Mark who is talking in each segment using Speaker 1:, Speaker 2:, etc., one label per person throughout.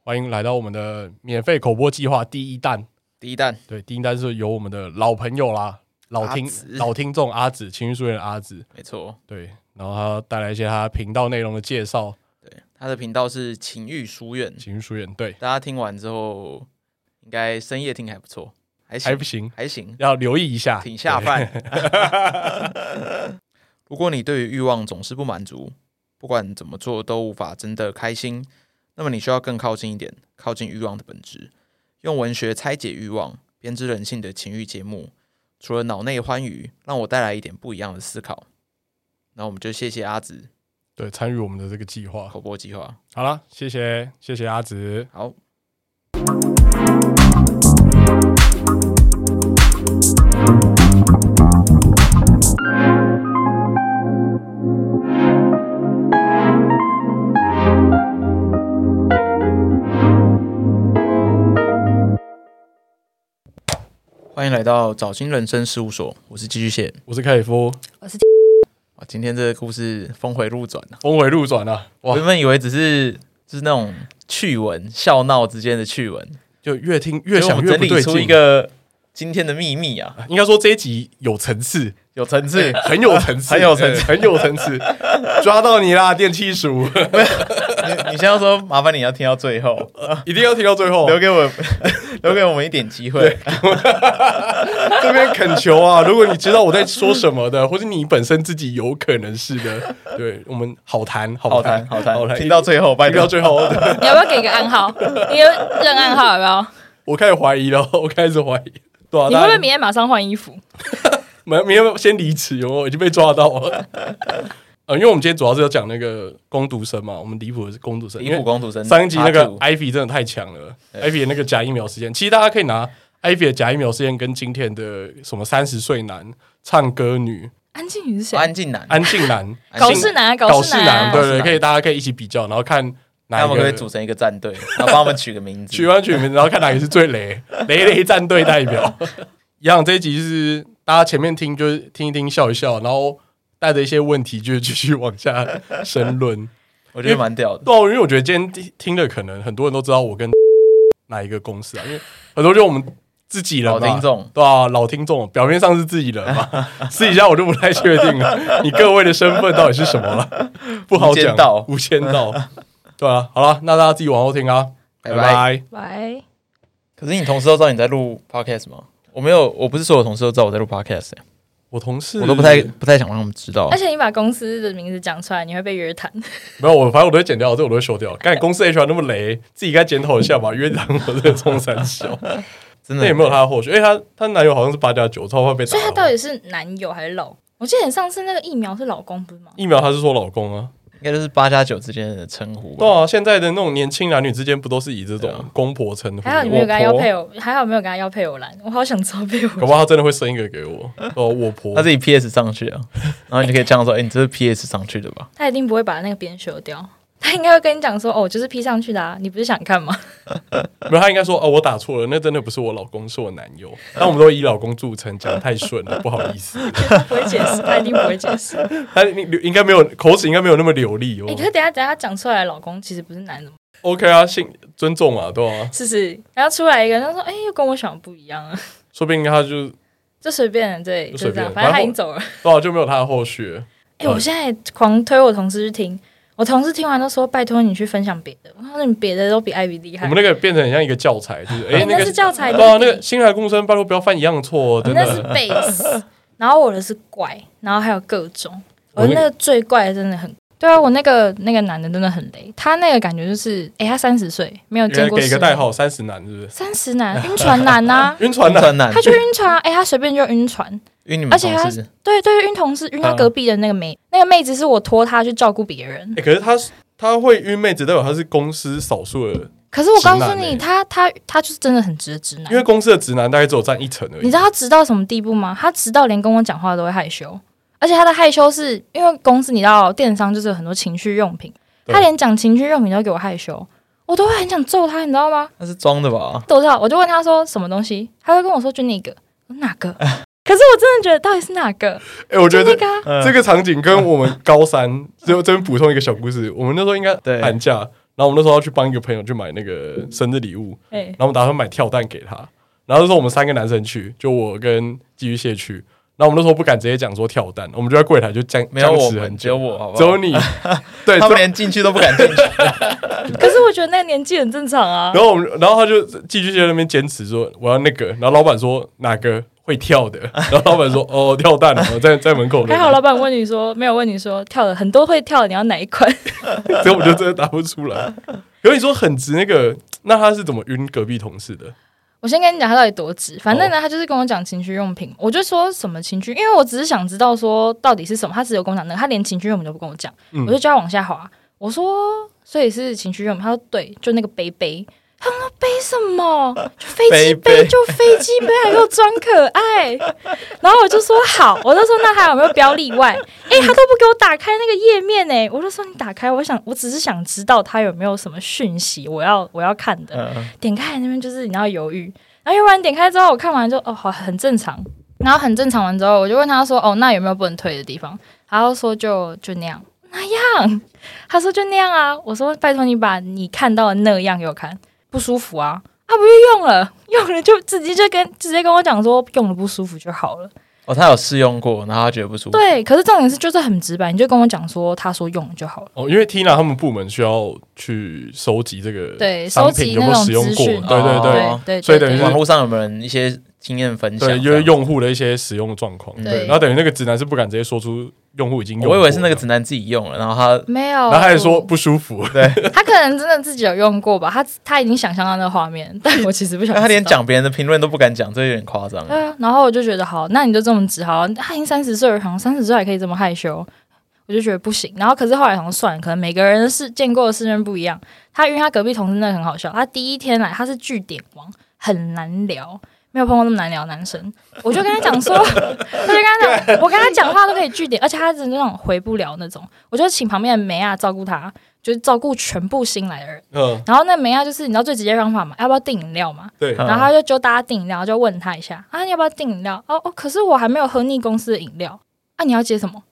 Speaker 1: 欢迎来到我们的免费口播计划第一弹。
Speaker 2: 第一弹，
Speaker 1: 对，第一弹是由我们的老朋友啦，老听
Speaker 2: 阿紫
Speaker 1: 老听众阿紫，情绪书院的阿紫，
Speaker 2: 没错，
Speaker 1: 对，然后他带来一些他频道内容的介绍，
Speaker 2: 对，他的频道是情欲书院，
Speaker 1: 情绪书院对，
Speaker 2: 大家听完之后，应该深夜听还不错，还
Speaker 1: 还
Speaker 2: 行
Speaker 1: 不行，啊
Speaker 2: 还行，
Speaker 1: 要留意一下，
Speaker 2: 挺下饭。 如果你对于欲望总是不满足，不管怎么做都无法真的开心，那么你需要更靠近一点，靠近欲望的本质，用文学拆解欲望，编织人性的情欲节目，除了脑内欢愉，让我带来一点不一样的思考。那我们就谢谢阿紫
Speaker 1: 对，对参与我们的这个计划。
Speaker 2: 口播计划，
Speaker 1: 好了，谢谢谢谢阿紫，
Speaker 2: 好。欢迎来到早金人生事务所，我是寄居蟹。
Speaker 1: 我是凯夫，
Speaker 2: 哇，今天这个故事峰回路转啊！
Speaker 1: 峰回路转啊，哇
Speaker 2: 我，原本以为只是就是那种趣闻、笑闹之间的趣闻，
Speaker 1: 就越听越
Speaker 2: 所以
Speaker 1: 想
Speaker 2: 我
Speaker 1: 越
Speaker 2: 们
Speaker 1: 不
Speaker 2: 整
Speaker 1: 对
Speaker 2: 理出一
Speaker 1: 劲。
Speaker 2: 个今天的秘密啊，
Speaker 1: 应该说这一集有层次，
Speaker 2: 有层次。
Speaker 1: 很有层次，
Speaker 2: 很有层
Speaker 1: 次，很有层次，抓到你啦，电器 鼠，
Speaker 2: 你你先要说，麻烦你要听到最后，
Speaker 1: 一定要听到最后。
Speaker 2: 留给我 留给我们一点机会。
Speaker 1: 这边恳求啊，如果你知道我在说什么的，或者你本身自己有可能是 的，对我们好谈，
Speaker 2: 好
Speaker 1: 好
Speaker 2: 谈
Speaker 1: 谈，
Speaker 2: 好
Speaker 1: 好
Speaker 2: 谈，
Speaker 1: 谈，
Speaker 2: 听到最后，拜
Speaker 1: 听到
Speaker 2: 托。
Speaker 1: 最后，
Speaker 3: 你要不要给个暗号？你要认暗号有没有？
Speaker 1: 我开始怀疑了，我开始怀疑。对啊，
Speaker 3: 你会
Speaker 1: 大
Speaker 3: 不会
Speaker 1: 家
Speaker 3: 明天马上换衣服？
Speaker 1: 明明天先离职，我已经被抓到 了。呃，因为我们今天主要是要讲那个攻读生嘛，我们离谱的是攻读生，因
Speaker 2: 离
Speaker 1: 为
Speaker 2: 谱公主生
Speaker 1: 上一集那
Speaker 2: Part
Speaker 1: 个
Speaker 2: two
Speaker 1: Ivy 真的太强了，Ivy 的那个假疫苗事件，其实大家可以拿 Ivy 的假疫苗事件跟今天的什么三十岁男、唱歌女、
Speaker 3: 安静宇是谁？
Speaker 2: 安静男，
Speaker 1: 安静男、
Speaker 2: 安
Speaker 3: 搞
Speaker 2: 静
Speaker 3: 事男啊，
Speaker 1: 搞
Speaker 3: 事
Speaker 1: 事男，
Speaker 3: 男
Speaker 1: 对对，
Speaker 3: 啊，
Speaker 2: 搞事男
Speaker 1: 可以大家可以一起比较，然后看哪
Speaker 2: 他
Speaker 1: 一
Speaker 2: 们
Speaker 1: 个
Speaker 2: 会组成一个战队，然后帮我们取个名字。
Speaker 1: 取完取名，然后看哪个是最雷 雷雷战队代 表。一样，这一集就是大家前面听就是听一听笑一笑，然后带着一些问题就继续往下深论。
Speaker 2: 我觉得蛮屌的。
Speaker 1: 对啊、因为我觉得今天听听的可能很多人都知道我跟 哪一个公司啊，因为很多就我们自己人
Speaker 2: 老
Speaker 1: 嘛
Speaker 2: 听众，
Speaker 1: 对啊，老听众，表面上是自己人 嘛，私底下我就不太确定了，你各位的身份到底是什么了，不好
Speaker 2: 无
Speaker 1: 讲
Speaker 2: 间道。
Speaker 1: 无间道，对啊，好了，那大家自己往后听啊，
Speaker 2: 拜
Speaker 1: 拜
Speaker 2: 拜
Speaker 1: 拜
Speaker 3: 喂，
Speaker 2: 可是你同事都知道你在录 podcast 吗？我没有，我不是所有同事都知道我在录 podcast，欸
Speaker 1: 我同事
Speaker 2: 我都不太不太想让他们知道
Speaker 3: 而。且你把公司的名字讲出来，你会被约谈。
Speaker 1: 没有，我反正我都会剪掉，这我都会修掉。看公司 HR 那么雷，自己该检讨一下吧，约谈我这个中三小，
Speaker 2: 真
Speaker 1: 那
Speaker 2: 的
Speaker 1: 也没有他的后续，因为他他男友好像是八加九，超怕被打
Speaker 3: 所
Speaker 1: 的。
Speaker 3: 以他到底是男友还是老？我记得你上次那个疫苗是老公不是吗？
Speaker 1: 疫苗他是说老公啊，
Speaker 2: 应该就是八加九之间的称呼吧
Speaker 1: 对。啊，现在的那种年轻男女之间不都是以这
Speaker 2: 对
Speaker 1: 种
Speaker 2: 啊
Speaker 1: 公婆称呼？
Speaker 3: 还好你没有跟他要配偶，还好没有跟他要配偶栏，我好想知道配
Speaker 1: 搞不
Speaker 3: 偶。
Speaker 1: 好他真的会生一个给我，哦，我婆
Speaker 2: 他。自己 PS 上去 啊，然后你就可以这样说：“哎、你这是 PS 上去的吧
Speaker 3: 他一定不会把那个边修掉，他应该会跟你讲说：“哦，我就是 P 上去的啊，你不是想看吗
Speaker 1: 没有，他应该说哦，我打错了，那真的不是我老公，是我男友。
Speaker 2: 嗯
Speaker 1: 但我们都以老公著称，讲得太顺 了，不好意思。？”
Speaker 3: 不会解释，他一定不会解 释。
Speaker 1: 他应应该没有口齿，应该没有那么流利哦
Speaker 3: 哎、。可是等一下等一下讲出来，老公其实不是男的，
Speaker 1: OK 啊，信尊重啊，对啊，
Speaker 3: 是不是？然后出来一个，他说：“哎、又跟我想的不一样啊。”
Speaker 1: 说不定他就
Speaker 3: 就随便，对，
Speaker 1: 就
Speaker 3: 就
Speaker 1: 随
Speaker 3: 这
Speaker 1: 便
Speaker 3: 样，反正他已经走了。
Speaker 1: 对啊，就没有他的后续了。
Speaker 3: 哎、我现在狂推我同事去听，我同事听完都说：“拜托你去分享别的。”我说：“你别的都比艾比厉
Speaker 1: 我
Speaker 3: 害。
Speaker 1: 们”那个变成很像一个教材，就是哎、
Speaker 3: 哎
Speaker 1: 那
Speaker 3: 那
Speaker 1: 个
Speaker 3: 是教材，
Speaker 1: 对啊，
Speaker 3: 你
Speaker 1: 那个新来共生，拜托不要犯一样的错、哦，
Speaker 3: 你
Speaker 1: 真
Speaker 3: 那是
Speaker 1: 的。
Speaker 3: bass，然后我的是怪，然后还有各种。
Speaker 1: 我
Speaker 3: 我
Speaker 1: 那个
Speaker 3: 那个最怪的真的很，对啊，我那个那个男的真的很雷，他那个感觉就是，哎、他三十岁没有
Speaker 1: 给
Speaker 3: 见过，
Speaker 1: 给一个代，号，三十男是不是？
Speaker 3: 三十男晕船男呐、
Speaker 1: 晕船男，
Speaker 2: 川男
Speaker 3: 他就晕船啊，哎、他随便就晕船。
Speaker 2: 晕你们
Speaker 3: 而且
Speaker 2: 同
Speaker 3: 他
Speaker 2: 事，
Speaker 3: 对对，晕同事，晕他
Speaker 1: 嗯
Speaker 3: 隔壁的那个妹，那个妹子是我托她去照顾别人。
Speaker 1: 哎、可是他他会晕妹子，代表他是公司少数的，
Speaker 3: 可是我告
Speaker 1: 直
Speaker 3: 诉
Speaker 1: 男欸
Speaker 3: 你，他他他就是真的很直的直男
Speaker 1: 因。为公司的直男大概只有占一成而已。
Speaker 3: 你知道他直到什么地步吗？他直到连跟我讲话都会害羞，而且他的害羞是因为公司你知道电商就是有很多情趣用品，
Speaker 1: 对
Speaker 3: 他连讲情趣用品都给我害羞，我都会很想揍他，你知道吗？
Speaker 2: 他是装的吧？
Speaker 3: 都知道，我就问他说什么东西，他就跟我说就那个，我说哪 个？可是我真的觉得到底是哪个？
Speaker 1: 哎、我觉
Speaker 3: 就
Speaker 1: 得
Speaker 3: 那个啊、
Speaker 2: 嗯
Speaker 1: 这个场景跟我们高三，就这边补充一个小故事。我们那时候应该
Speaker 2: 对
Speaker 1: 寒假，然后我们那时候要去帮一个朋友去买那个生日礼物，
Speaker 3: 哎
Speaker 1: 然，后我们打算买跳蛋给他。然后那时候我们三个男生去，就我跟寄居蟹去。然后我们那时候不敢直接讲说跳蛋，我们就在柜台就僵
Speaker 2: 没有
Speaker 1: 僵
Speaker 2: 我
Speaker 1: 持很
Speaker 2: 们，只有
Speaker 1: 久，
Speaker 2: 我，好不
Speaker 1: 只有
Speaker 2: 好？
Speaker 1: 你对，只
Speaker 2: 他
Speaker 1: 有
Speaker 2: 们连进去都不敢 进去。
Speaker 3: 可是我觉得那个年纪很正常啊
Speaker 1: 然。后我们，然后他就寄居蟹那边坚持说我要那个，然后老板说哪个会跳的，然后老板说哦跳蛋哦，在在门口那
Speaker 3: 还好
Speaker 1: 个，
Speaker 3: 老板问你说没有问你说跳的很多会跳的，你要哪一款？
Speaker 1: 所以我就真的答不出来。可是你说很直那个，那他是怎么晕隔壁同事的？
Speaker 3: 我先跟你讲他到底多值，反正呢，他就是跟我讲情趣用品，我就说什么情趣，因为我只是想知道说到底是什么，他只有跟我讲那个，他连情趣用品都不跟我讲，
Speaker 1: 嗯
Speaker 3: 我就叫他往下滑，我说所以是情趣用品，他说对，就那个杯杯，他说杯什么？就飞机
Speaker 2: 杯
Speaker 3: 杯，
Speaker 2: 杯
Speaker 3: 就飞机杯，还给我装可爱，然后我就说好，我就说那还有没有标例外？哎、他都不给我打开那个页面呢、我就说你打开，我想我只是想知道他有没有什么讯息，我要我要看的。
Speaker 2: 嗯，
Speaker 3: 点开那边就是你要犹豫，然后要不然点开之后我看完就哦好很正常，然后很正常完之后我就问他说哦那有没有不能退的地方？然后说就就那样那样，他说就那样啊，我说拜托你把你看到的那样给我看，不舒服啊，啊不就用了，用了就直接就跟直接跟我讲说用了不舒服就好了。
Speaker 2: 哦，他有试用过，然后他觉得不舒服。
Speaker 3: 对，可是重点是就是很直白，你就跟我讲说他说用了就好了。
Speaker 1: 哦，因为 Tina 他们部门需要去收集这个
Speaker 3: 对
Speaker 1: 商
Speaker 3: 收
Speaker 1: 品
Speaker 3: 集
Speaker 1: 有没有
Speaker 3: 那种
Speaker 1: 使用
Speaker 3: 资
Speaker 1: 过，对
Speaker 3: 讯
Speaker 1: 对对，啊
Speaker 2: 哦
Speaker 3: 对对，
Speaker 1: 所以等于
Speaker 3: 对
Speaker 1: 是
Speaker 2: 网络上有没有人一些经验分享？
Speaker 1: 对，就是用户的一些使用状况。
Speaker 2: 嗯
Speaker 3: 对
Speaker 1: 然后等于那个指南是不敢直接说出用户已经用
Speaker 2: 我
Speaker 1: 过
Speaker 2: 以
Speaker 1: 了，
Speaker 2: 为是那个指南自己用了，然后他
Speaker 3: 没有，
Speaker 1: 然后他还说不舒服，
Speaker 3: 他可能真的自己有用过吧，他他已经想象到那个画面，但我其实不想。
Speaker 2: 他连，讲别人的评论都不敢讲，这有点夸张。
Speaker 3: 对啊，然后我就觉得好，那你就这么直好，他已经三十岁了，好像三十岁还可以这么害羞，我就觉得不行。然后可是后来想算了，可能每个人的事见过的世面不一样。他因为他隔壁同事那个很好笑，他第一天来他是据点王，很难聊。没有碰过那么难聊的男生，我就跟他讲 说，我就跟他讲，我跟他讲话都可以据点，而且他是那种回不了那种，我就请旁边的梅亚啊照顾他，就是照顾全部新来的人。
Speaker 1: 嗯，
Speaker 3: 然后那梅亚就是你知道最直接的方法嘛，要不要订饮料嘛？
Speaker 1: 对，
Speaker 2: 嗯
Speaker 3: 然后他就揪大家订饮料，就问他一下啊，你要不要订饮料？哦哦，可是我还没有喝腻公司的饮料啊，你要 接什么？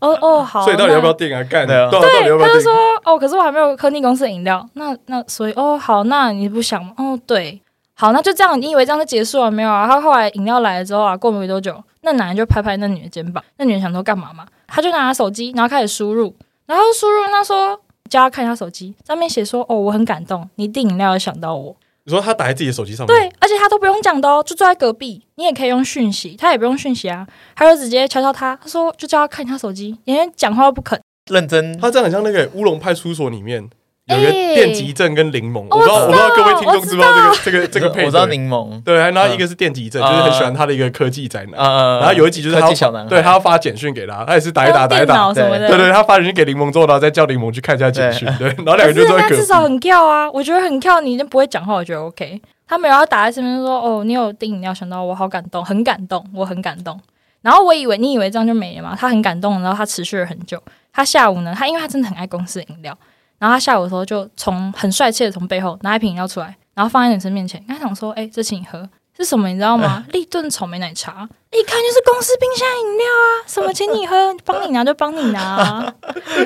Speaker 3: 哦哦，好，
Speaker 1: 所以到底要不要
Speaker 3: 那？
Speaker 1: 定啊？干，
Speaker 2: 对啊
Speaker 1: 到底到底要不
Speaker 3: 他
Speaker 1: 要
Speaker 3: 就
Speaker 1: 定
Speaker 3: 说？哦，可是我还没有喝腻公司的饮料，那那所以哦好，那你不想吗？哦对，好，那就这样，你以为这样就结束了没有啊？他后来饮料来了之后啊，过没多久，那男人就拍拍那女的肩膀，那女人想说干嘛嘛，他就拿手机，然后开始输入，然后输入他说叫他看一下手机，上面写说哦我很感动，你订饮料有想到我，
Speaker 1: 你说他打在自己的手机上面，
Speaker 3: 对，而且他都不用讲的哦，就坐在隔壁，你也可以用讯息，他也不用讯息啊，他就直接敲敲他，他说就叫他看一下手机，连讲话都不肯。
Speaker 2: 认真，
Speaker 1: 他这样很像那个乌龙派出所里面有一个
Speaker 3: 哎
Speaker 1: 电极阵跟柠檬，
Speaker 3: 哦
Speaker 1: 我不知道我
Speaker 3: 我
Speaker 1: 不知
Speaker 3: 知
Speaker 1: 道
Speaker 3: 道
Speaker 1: 各位听众知不知道这个这个这个
Speaker 2: 我知
Speaker 1: 配
Speaker 2: 道我知嗯道
Speaker 1: 对，
Speaker 2: 柠檬
Speaker 1: 对，然后一个是电极阵，就是很喜欢他的一个科技宅男，
Speaker 2: 啊，
Speaker 1: 然后有一集就是
Speaker 2: 科
Speaker 1: 他
Speaker 2: 技
Speaker 1: 要
Speaker 2: 小男孩，
Speaker 1: 对他要发简讯给他，他也是打一打
Speaker 3: 他
Speaker 1: 打
Speaker 3: 用
Speaker 1: 一
Speaker 3: 哦电
Speaker 1: 打
Speaker 3: 脑。什么的，
Speaker 1: 对对，他发简讯给柠檬之后，然后再叫柠檬去看一下简讯，对，然后两个
Speaker 3: 可
Speaker 1: 人就是坐在
Speaker 3: 那
Speaker 1: 隔壁
Speaker 3: 至。少很跳啊，我觉得很跳，你就不会讲话，我觉得 OK。他没有要打在身边说哦，你有订饮料想到我，好感动，很感动，我很感动。然后我以为你以为这样就没了嘛，他很感动，然后他持续了很久。他下午呢，他因为他真的很爱公司的饮料，然后他下午的时候就从很帅气的从背后拿一瓶饮料出来，然后放在女生面前，跟他想说，哎、这请你喝。是什么你知道吗？
Speaker 1: 嗯
Speaker 3: 立顿草莓奶茶，一看就是公司冰箱饮料啊！什么请你喝，帮 你拿就帮你拿、啊。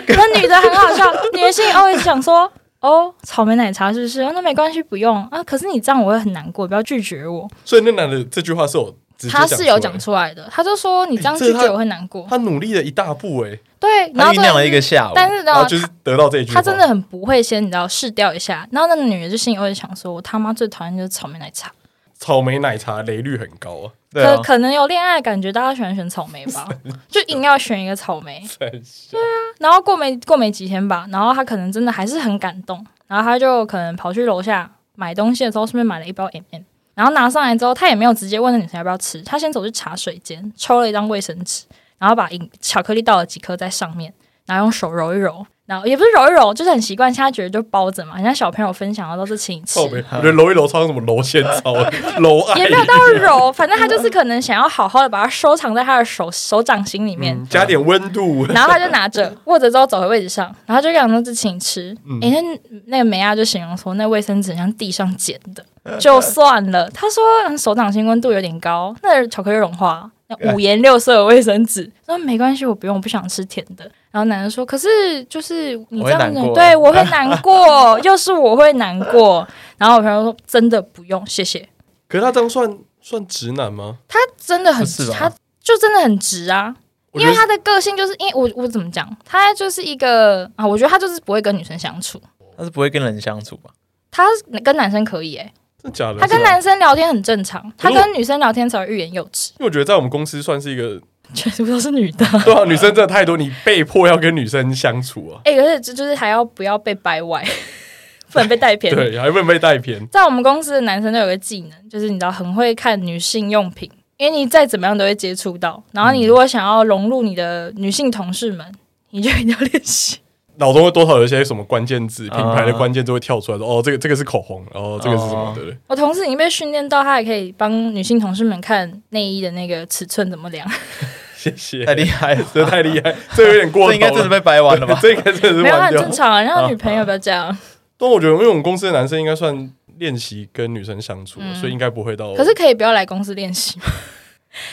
Speaker 3: 那女的很好笑，女的心里 always 想说：“哦，草莓奶茶是不是？哦，那没关系，不用啊。可是你这样我会很难过，不要拒绝我。
Speaker 1: 所以那男的这句话是有直接
Speaker 3: 他是有
Speaker 1: 出来
Speaker 3: 讲出来的，他就说你这样
Speaker 1: 哎这
Speaker 3: 拒
Speaker 1: 他
Speaker 3: 绝我会难过。
Speaker 1: 他努力了一大步哎、
Speaker 3: 对，然
Speaker 2: 他
Speaker 3: 后
Speaker 2: 酝酿了
Speaker 3: 真
Speaker 2: 一
Speaker 3: 的
Speaker 2: 个
Speaker 3: 是，
Speaker 2: 下午，
Speaker 3: 但是然
Speaker 1: 然
Speaker 3: 后
Speaker 1: 后就是得到这一句话，
Speaker 3: 他真的很不会先，你知道试掉一下。然后那女的就心里 always 想说：“我他妈最讨厌就是草莓奶茶。
Speaker 1: 草莓奶茶雷率很高啊，
Speaker 2: 对啊
Speaker 3: 可，可能有恋爱的感觉，大家喜欢选草莓吧，就硬要选一个草莓。
Speaker 1: 真是
Speaker 3: 然后过没过没几天吧，然后他可能真的还是很感动，然后他就可能跑去楼下买东西的时候，顺便买了一包 M M，然后拿上来之后，他也没有直接问那女生要不要吃，他先走去茶水间抽了一张卫生纸，然后把饮巧克力倒了几颗在上面，然后用手揉一揉。然后也不是揉一揉，就是很习惯，现在觉得就包着嘛。人家小朋友分享的都是请你吃
Speaker 1: 草，莓，我觉得揉一揉超像什么揉仙 草、揉爱
Speaker 3: 也没有到揉，反正他就是可能想要好好的把它收藏在他的手手掌心里面。
Speaker 1: 嗯加点温度，
Speaker 3: 然后他就拿着握着之后走回位置上，然后就讲说这请你吃。
Speaker 1: 嗯
Speaker 3: 哎、那那个梅亚就形容说那卫生纸像 地嗯上捡的，就算了。他说手掌心温度有点高，那巧克力融化，
Speaker 2: 哎
Speaker 3: 那五颜六色的卫生纸，说没关系，我不用，我不想吃甜的。然后男人说，可是就是你这样子
Speaker 2: 我会难，过
Speaker 3: 对我会难过，又是我会难过。然后我朋友说，真的不用，谢谢。
Speaker 1: 可是他这样算算直男吗？
Speaker 3: 他真的很
Speaker 2: 不是吧啊
Speaker 3: 他就真的很直啊。
Speaker 1: 我
Speaker 3: 因
Speaker 1: 觉
Speaker 3: 为
Speaker 1: 得
Speaker 3: 他的个性就是，因为我我怎么讲，他就是一个啊，我觉得他就是不会跟女生相处，
Speaker 2: 他是不会跟人相处吧？
Speaker 3: 他跟男生可以诶、
Speaker 1: 真的假的？
Speaker 3: 他跟
Speaker 1: 是啊
Speaker 3: 男生聊天很正常，他
Speaker 1: 可是
Speaker 3: 跟女生聊天才会欲言又止，
Speaker 1: 因为我觉得在我们公司算是一个，
Speaker 3: 全部都是女的。
Speaker 1: 对啊，女生真的太多，你被迫要跟女生相处啊，
Speaker 3: 哎、可是这就是还要不要被掰歪， 不能被带偏。
Speaker 1: 对，还不能被带偏。
Speaker 3: 在我们公司的男生都有个技能，就是你知道很会看女性用品，因为你再怎么样都会接触到。然后你
Speaker 1: 嗯
Speaker 3: 如果想要融入你的女性同事们，你就一定要练习。
Speaker 1: 脑中会多少有一些什么关键字、
Speaker 2: 啊
Speaker 1: 品牌的关键字会跳出来说，哦，这个这个是口红，然后这个是什么
Speaker 2: 哦，
Speaker 1: 对不对？
Speaker 3: 我同事已经被训练到，他还可以帮女性同事们看内衣的那个尺寸怎么量。
Speaker 1: 谢谢
Speaker 2: 太，厉害了，
Speaker 1: 这太厉害，这有点过头
Speaker 2: 这
Speaker 1: 了，
Speaker 2: 应该真的被掰弯了 吧？
Speaker 1: 这应该真的是
Speaker 3: 没有，
Speaker 1: 忘
Speaker 3: 很
Speaker 1: 掉。
Speaker 3: 正常啊。让女朋友不要这样。
Speaker 1: 但我觉得，因为我们公司的男生应该算练习跟女生相处，
Speaker 3: 嗯
Speaker 1: 所以应该不会到。
Speaker 3: 可是可以不要来公司练习吗？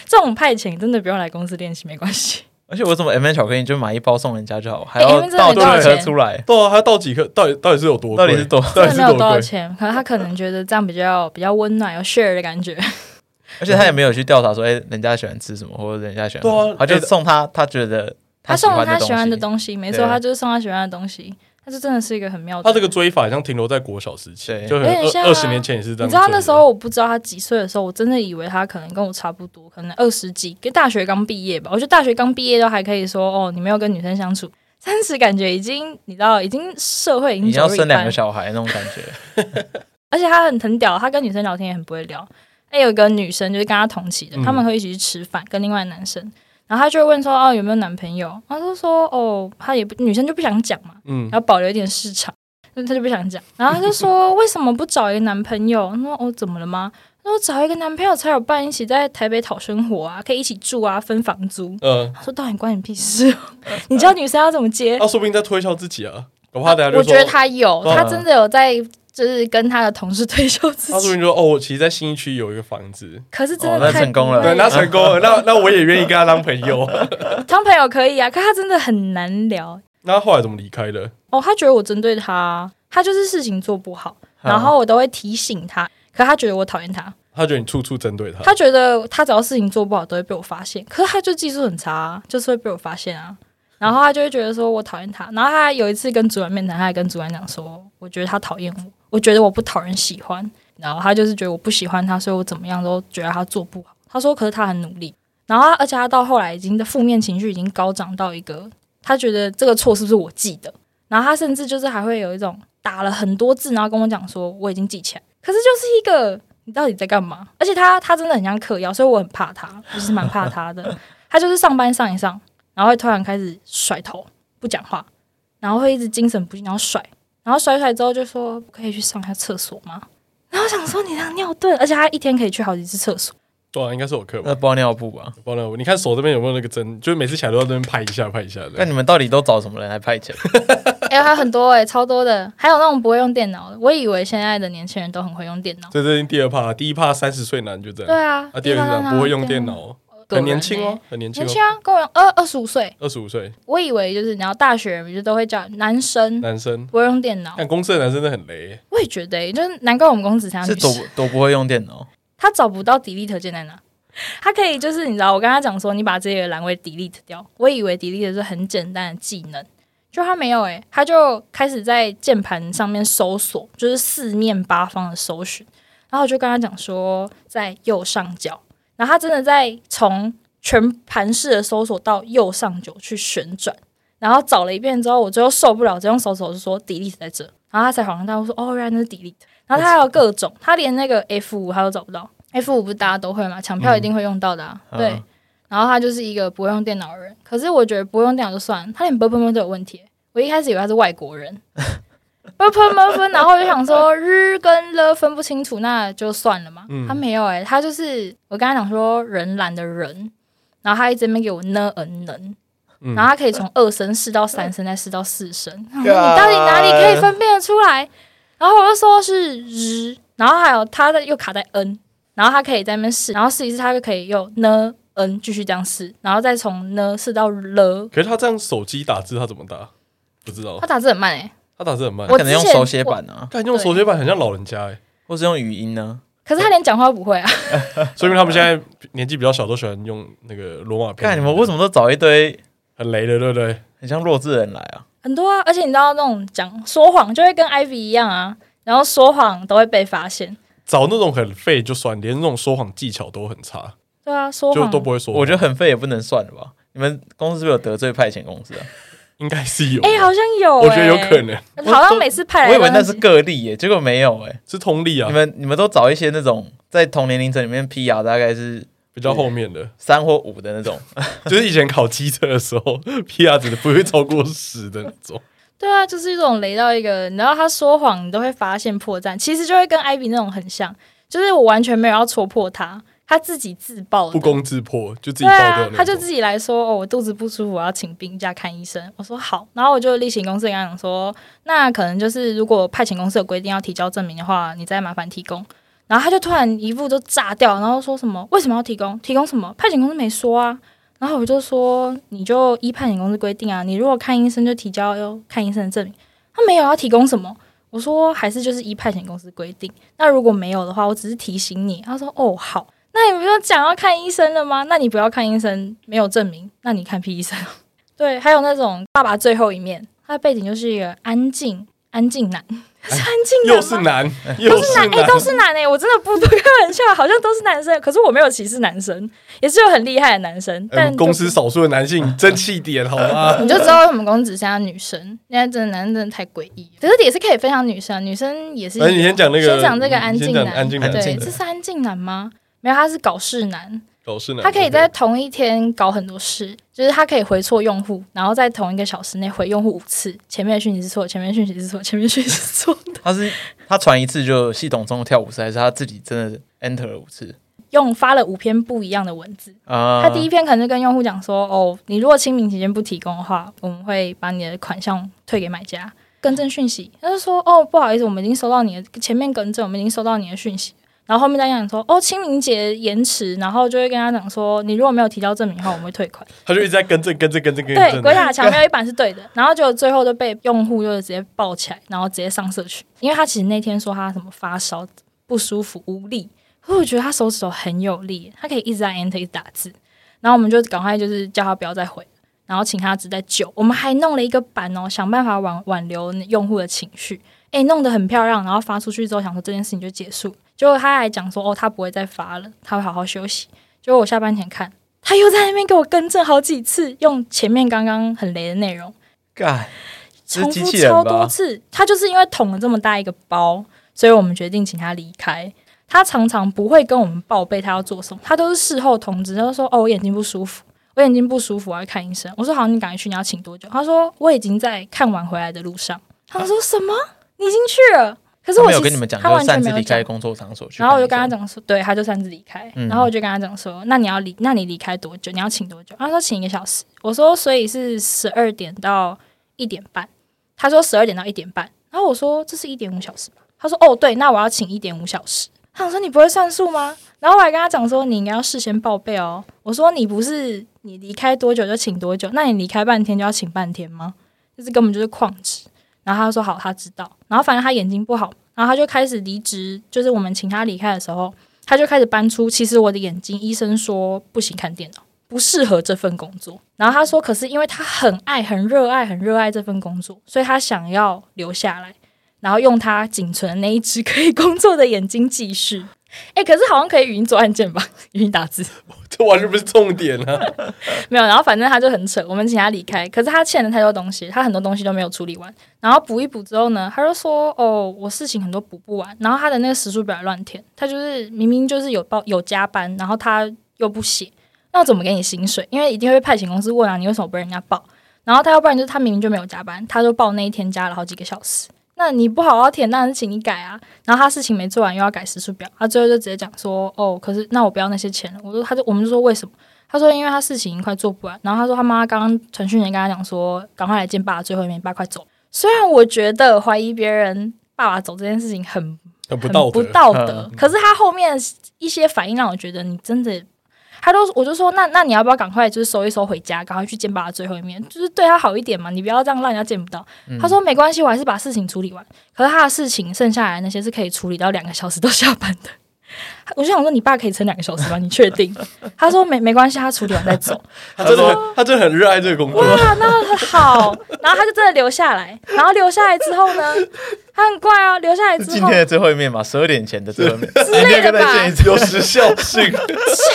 Speaker 3: 这种派遣真的不用来公司练习，没关系。
Speaker 2: 而且我怎么 M N 巧克力就买一包送人家就好，还
Speaker 3: 哎
Speaker 2: 要
Speaker 3: M&M 真的
Speaker 2: 倒
Speaker 3: 很
Speaker 2: 几
Speaker 1: 多
Speaker 2: 颗
Speaker 3: 钱
Speaker 2: 出来，
Speaker 1: 到啊他到几颗，到底到底是有多贵？
Speaker 2: 到底是多？
Speaker 1: 到底
Speaker 3: 真的
Speaker 1: 是
Speaker 3: 没有多少
Speaker 1: 贵？
Speaker 3: 钱，可能他可能觉得这样比较 比较温暖，有 share 的感觉。
Speaker 2: 而且他也没有去调查说，哎，人家喜欢吃什么，或者人家喜欢什么，
Speaker 1: 对啊
Speaker 2: 他就
Speaker 1: 哎
Speaker 2: 送他他觉得
Speaker 3: 他
Speaker 2: 喜
Speaker 3: 送了
Speaker 2: 欢
Speaker 3: 他喜欢的
Speaker 2: 的西。
Speaker 3: 东西，没
Speaker 2: 对
Speaker 3: 错，他就是送他喜欢的东西。他就真的是一个很妙的。
Speaker 1: 他这个追法好像停留在国小时期
Speaker 2: 对，
Speaker 1: 就很
Speaker 3: 有点像啊
Speaker 1: 二二十年前也是这样追的。
Speaker 3: 你知道那时候我不知道他几岁的时候，我真的以为他可能跟我差不多，可能二十几，跟大学刚毕业吧。我觉得大学刚毕业都还可以说哦，你没有跟女生相处。三十感觉已经，你知道，已经社会已经
Speaker 2: 你要
Speaker 3: 走了一
Speaker 2: 生两个
Speaker 3: 半
Speaker 2: 小孩那种感 觉，
Speaker 3: 而且他很很屌，他跟女生聊天也很不会聊。哎，有一个女生就是跟他同期的，
Speaker 1: 嗯
Speaker 3: 他们会一起去吃饭，跟另外男生，然后他就会问说哦有没有男朋友，他就说哦他也不女生就不想讲嘛，
Speaker 1: 嗯，
Speaker 3: 然后保留一点市场，那他就不想讲，然后他就说为什么不找一个男朋友？他说哦怎么了吗？他说找一个男朋友才有伴，一起在台北讨生活啊，可以一起住啊，分房租。
Speaker 1: 呃，
Speaker 3: 他说到底关你屁事哦？ 你知道女生要怎么接？
Speaker 1: 他说不定在推销自己啊，搞不好他等下
Speaker 3: 我
Speaker 1: 就
Speaker 3: 觉
Speaker 1: 说，
Speaker 3: 得他有，
Speaker 1: 嗯
Speaker 3: 他真的有在，就是跟他的同事推销自
Speaker 1: 他说
Speaker 3: 己
Speaker 1: 不。定说哦，我其实，在新一区有一个房子，
Speaker 3: 可是真
Speaker 2: 哦
Speaker 3: 的
Speaker 2: 那
Speaker 3: 太
Speaker 2: 成功了
Speaker 3: 不会
Speaker 1: 对，他成功了， 那那我也愿意跟他当朋友。
Speaker 3: 当朋友可以啊，可他真的很难聊
Speaker 1: 那他后来怎么离开的？
Speaker 3: 哦。他觉得我针对他，他就是事情做不好，
Speaker 1: 嗯
Speaker 3: 然后我都会提醒他，可他觉得我讨厌他，
Speaker 1: 他觉得你处处针对他，
Speaker 3: 他觉得他只要事情做不好都会被我发现，可是他就技术很差啊，就是会被我发现啊。然后他就会觉得说我讨厌他，然后他有一次跟主管面谈，他还跟主管讲说，我觉得他讨厌我，我觉得我不讨人喜欢，然后他就是觉得我不喜欢他，所以我怎么样都觉得他做不好。他说，可是他很努力，然后他而且他到后来已经的负面情绪已经高涨到一个，他觉得这个错是不是我记的，然后他甚至就是还会有一种打了很多字，然后跟我讲说我已经记起来，可是就是一个你到底在干嘛？而且他他真的很像嗑药，所以我很怕他，我其实蛮怕他 的。他就是上班上一上，然后会突然开始甩头不讲话，然后会一直精神不济，然后甩，然后甩甩之后就说可以去上一下厕所吗？然后我想说你那尿遁，而且他一天可以去好几次厕所。
Speaker 1: 对啊，应该是我课吧
Speaker 2: 那。包尿布吧？
Speaker 1: 完了，你看手这边有没有那个针？就是每次起来都要在那边拍一下，拍一下
Speaker 2: 那
Speaker 1: 的。
Speaker 2: 你们到底都找什么人来派遣？
Speaker 3: 哎、还有很多哎、超多的，还有那种不会用电脑的。我以为现在的年轻人都很会用电脑。
Speaker 1: 所以这是第二趴，第一趴三十岁男就这
Speaker 3: 对
Speaker 1: 样，
Speaker 3: 啊，
Speaker 1: 啊，第二个是这样不会用电，脑，
Speaker 3: 个人
Speaker 1: 很年轻
Speaker 3: 欸
Speaker 1: 哦，很年轻
Speaker 3: 年
Speaker 1: 哦
Speaker 3: 轻，啊，跟我一样二二十五岁，
Speaker 1: 二十五岁
Speaker 3: 我以为就是你要大学，就都会叫男生
Speaker 1: 男生。
Speaker 3: 不会用电脑。
Speaker 1: 但公司的男生真的很雷，
Speaker 3: 我也觉得、欸，就是难怪我们公司才
Speaker 2: 是都都不会用电脑，
Speaker 3: 他找不到 delete 键在哪。他可以就是你知道，我跟他讲说，你把这些栏位 delete 掉。我以为 delete 是很简单的技能，就他没有诶、他就开始在键盘上面搜索，就是四面八方的搜寻。然后我就跟他讲说，在右上角，然后他真的在从全盘式的搜索到右上角去旋转，然后找了一遍之后，我最后受不了，只用手指头就说 delete 在这，然后他才恍然大悟说，哦，原来那是 delete。然后他还有各种，他连那个 F 五他都找不到，F 五不是大家都会嘛，抢票一定会用到的、啊，
Speaker 2: 嗯
Speaker 3: 对
Speaker 2: 嗯。
Speaker 3: 然后他就是一个不会用电脑的人，可是我觉得不会用电脑就算，了，他连 b u r p e m u r 都有问题。我一开始以为他是外国人 b u r p e m u r 分，然后我就想说日跟了分不清楚，那就算了嘛。
Speaker 1: 嗯
Speaker 3: 他没有哎、他就是我跟他讲说人懒的人，然后他一直在那边给我呢嗯能，
Speaker 1: 嗯
Speaker 3: 然后他可以从二声试到三声，再试到 四声。然后
Speaker 2: 干
Speaker 3: 你到底哪里可以分辨得出来？然后我就说是日，然后还有他的又卡在 n，然后他可以在那边试，然后试一次他就可以用呢嗯继续这样试，然后再从呢试到了。
Speaker 1: 可是他这样手机打字他怎么打？不知道
Speaker 3: 他，打字很慢哎、
Speaker 1: 他打字很慢
Speaker 2: 他。
Speaker 3: 我
Speaker 2: 可能用
Speaker 3: 之前
Speaker 2: 手写板啊，
Speaker 1: 但用手写板很像老人家哎，
Speaker 2: 或是用语音呢、
Speaker 3: 可是他连讲话都不会啊。
Speaker 1: 说明他们现在年纪比较小，都喜欢用那个罗马拼音。
Speaker 2: 看你们为什么都找一堆
Speaker 1: 很雷的，对不对？
Speaker 2: 很像弱智人来啊？
Speaker 3: 很多啊，而且你知道那种讲说谎就会跟 Ivy 一样啊，然后说谎都会被发现。
Speaker 1: 找那种很废就算，连那种说谎技巧都很差，
Speaker 3: 对啊，说
Speaker 1: 就
Speaker 3: 谎
Speaker 1: 都不会说谎。
Speaker 2: 我觉得很废也不能算了吧？你们公司是不是有得罪派遣公司啊？
Speaker 1: 应该是有，
Speaker 3: 哎、好像有、欸，
Speaker 1: 我觉得有可能
Speaker 3: 能好像每次派来
Speaker 2: 我以
Speaker 3: 的
Speaker 2: 为那
Speaker 3: 东
Speaker 2: 是
Speaker 3: 西
Speaker 2: 个例耶、结果没有哎、
Speaker 1: 是通力啊
Speaker 2: 你，们你们都找一些那种在同年龄层里面 PR 大概是
Speaker 1: 比较后面的，
Speaker 2: 三或五的那 种，
Speaker 1: 就是以前考机车的时候，PR 值不会超过十的那种。
Speaker 3: 对啊，就是一种雷到一个，你知道他说谎，你都会发现破绽，其实就会跟 Ivy 那种很像，就是我完全没有要戳破他，他自己自爆的
Speaker 1: 不攻自破，就自己
Speaker 3: 哦对
Speaker 1: 爆掉
Speaker 3: 啊
Speaker 1: 那，种。
Speaker 3: 他就自己来说，哦，我肚子不舒服，我要请病假看医生。我说好，然后我就例行公事跟他讲说，那可能就是如果派遣公司有规定要提交证明的话，你再麻烦提供。然后他就突然一副都炸掉，然后说什么为什么要提供？提供什么？派遣公司没说啊。然后我就说，你就依派遣公司规定啊，你如果看医生就提交要看医生的证明。他没有要提供什么， 我说还是就是依派遣公司规定。那如果没有的话，我只是提醒你。他说哦好，那你不就讲要看医生了吗？那你不要看医生，没有证明，那你看屁医生。哦 对，还有那种爸爸最后一面，他的背景就是一个安静安静男， 是安静
Speaker 1: 又
Speaker 3: 男吗
Speaker 1: 是男，哎又
Speaker 3: 是男，哎、
Speaker 1: 男，
Speaker 3: 都是男哎、我真的不不开玩笑，好像都是男生，可是我没有歧视男生，也是有很厉害的男生，
Speaker 1: 哎我
Speaker 3: 但、
Speaker 1: 们公司。少数的男性争气点，好吗？
Speaker 3: 你就知道为什么公司只剩下女生，现在真的男生真的太诡异。可是也是可以分享女生，女生也是有。
Speaker 1: 哎那你先讲那个，
Speaker 3: 先讲这个安静
Speaker 1: 你先
Speaker 3: 男，
Speaker 1: 讲安静男，
Speaker 2: 安
Speaker 3: 对，
Speaker 2: 静
Speaker 3: 这是安静男吗？没有，他是搞事男，
Speaker 1: 都哦是男，
Speaker 3: 他可以在同一天搞很多事，就是他可以回错用户，然后在同一个小时内回用户五次，前面的讯息是错，前面的讯息是错，前面的讯息是错，
Speaker 2: 他是他传一次就系统中跳五次，还是他自己真的 enter 了五次
Speaker 3: 用发了五篇不一样的文字。
Speaker 2: 啊？
Speaker 3: 他第一篇可能就跟用户讲说，哦，你如果清明期间不提供的话，我们会把你的款项退给买家。更正讯息，他就说，哦，不好意思，我们已经收到你的前面更正，我们已经收到你的讯息。然后后面再讲说，哦，清明节延迟，然后就会跟他讲说，你如果没有提交证明的话，我们会退款。
Speaker 1: 他就一直在跟正跟正跟正跟
Speaker 3: 对，
Speaker 1: 正
Speaker 3: 鬼，打墙没有一版是对的，然后就最后就被用户就是直接抱起来，然后直接上社区，因为他其实那天说他什么发烧、不舒服、无力，可是我觉得他手指头很有力，他可以一直在 enter 一直打字，然后我们就赶快就是叫他不要再回，然后请他只在救，我们还弄了一个版哦，想办法挽挽留用户的情绪，诶，弄得很漂亮，然后发出去之后想说这件事情就结束了，结果他还讲说哦他不会再发了，他会好好休息，结果我下班前看。他又在那边给我更正好几次，用前面刚刚很雷的内容
Speaker 2: 干，这
Speaker 3: 重
Speaker 2: 是机
Speaker 3: 复
Speaker 2: 器人
Speaker 3: 超
Speaker 2: 吧
Speaker 3: 多？次。他就是因为捅了这么大一个包，所以我们决定请他离开。他常常不会跟我们报备他要做什么，他都是事后通知，他就说：“哦，我眼睛不舒服，我眼睛不舒服，我要看医生。”我说：“好，你赶快去，你要请多久？”他说：“我已经在看完回来的路上。”他说：“什么？你已经去了？”可是
Speaker 2: 他
Speaker 3: 我
Speaker 2: 没有
Speaker 3: 其
Speaker 2: 跟你
Speaker 3: 实
Speaker 2: 们讲，
Speaker 3: 他
Speaker 2: 就
Speaker 3: 完
Speaker 2: 是
Speaker 3: 全
Speaker 2: 擅
Speaker 3: 没
Speaker 2: 自
Speaker 3: 有
Speaker 2: 离
Speaker 3: 讲
Speaker 2: 开。工作场所去看医生。
Speaker 3: 然后我就跟他讲说，对，他就擅自离开。
Speaker 2: 嗯
Speaker 3: 然后我就跟他讲说，那你要离，那你离开多久？你要请多久？他说请一个小时。我说所以是十二点到一点半。他说十二点到一点半。然后我说这是一点五小时吧？他说哦对，那我要请一点五小时。他想说你不会算数吗？然后我还跟他讲说你应该要事先报备哦。我说你不是你离开多久就请多久？那你离开半天就要请半天吗？就是根本就是旷职。然后他就说好，他知道。然后反正他眼睛不好，然后他就开始离职。就是我们请他离开的时候，他就开始搬出，其实我的眼睛，医生说不行，看电脑不适合这份工作。然后他说，可是因为他很爱、很热爱、很热爱这份工作，所以他想要留下来，然后用他仅存的那一只可以工作的眼睛继续。哎、可是好像可以语音做按键吧，语音打字。
Speaker 1: 这完全不是重点啊！
Speaker 3: 没有，然后反正他就很扯，我们请他离开，可是他欠了太多东西，他很多东西都没有处理完，然后补一补之后呢，他就说哦，我事情很多补不完，然后他的那个时数表也乱填，他就是明明就是有报有加班，然后他又不写，那我怎么给你薪水？因为一定会被派遣公司问啊，你为什么不让人家报？然后他要不然就是他明明就没有加班，他就报那一天加了好几个小时。那你不好好填，当然是请你改啊。然后他事情没做完，又要改时数表，啊他最后就直接讲说：“哦，可是那我不要那些钱了。”我说：“他就我们就说为什么？”他说：“因为他事情快做不完。”然后他说：“他妈刚刚传讯人跟他讲说，赶快来见爸爸最后一面，爸快走。”虽然我觉得怀疑别人爸爸走这件事情很
Speaker 1: 很不
Speaker 3: 很
Speaker 1: 道
Speaker 3: 不
Speaker 1: 德，
Speaker 3: 道德
Speaker 2: 嗯。
Speaker 3: 可是他后面一些反应让我觉得，你真的他都我就说那那你要不要赶快就是收一收回家，赶快去见爸爸最后一面，就是对他好一点嘛，你不要这样让人家见不到。他说没关系，我还是把事情处理完。可是他的事情剩下来那些是可以处理到两个小时都下班的。 我就想说，你爸可以撑两个小时吗？你确定？他说没没关系，他处理完再走。
Speaker 4: 他真的很他真的很热爱这个工作，
Speaker 3: 哇，那很好。然后他就真的留下来，然后留下来之后呢，他很怪哦，留下来
Speaker 2: 是
Speaker 3: 之
Speaker 2: 今
Speaker 3: 后
Speaker 2: 天的最后一面嘛，十二点前的最后一面，
Speaker 3: 之类的吧，
Speaker 4: 有时效性。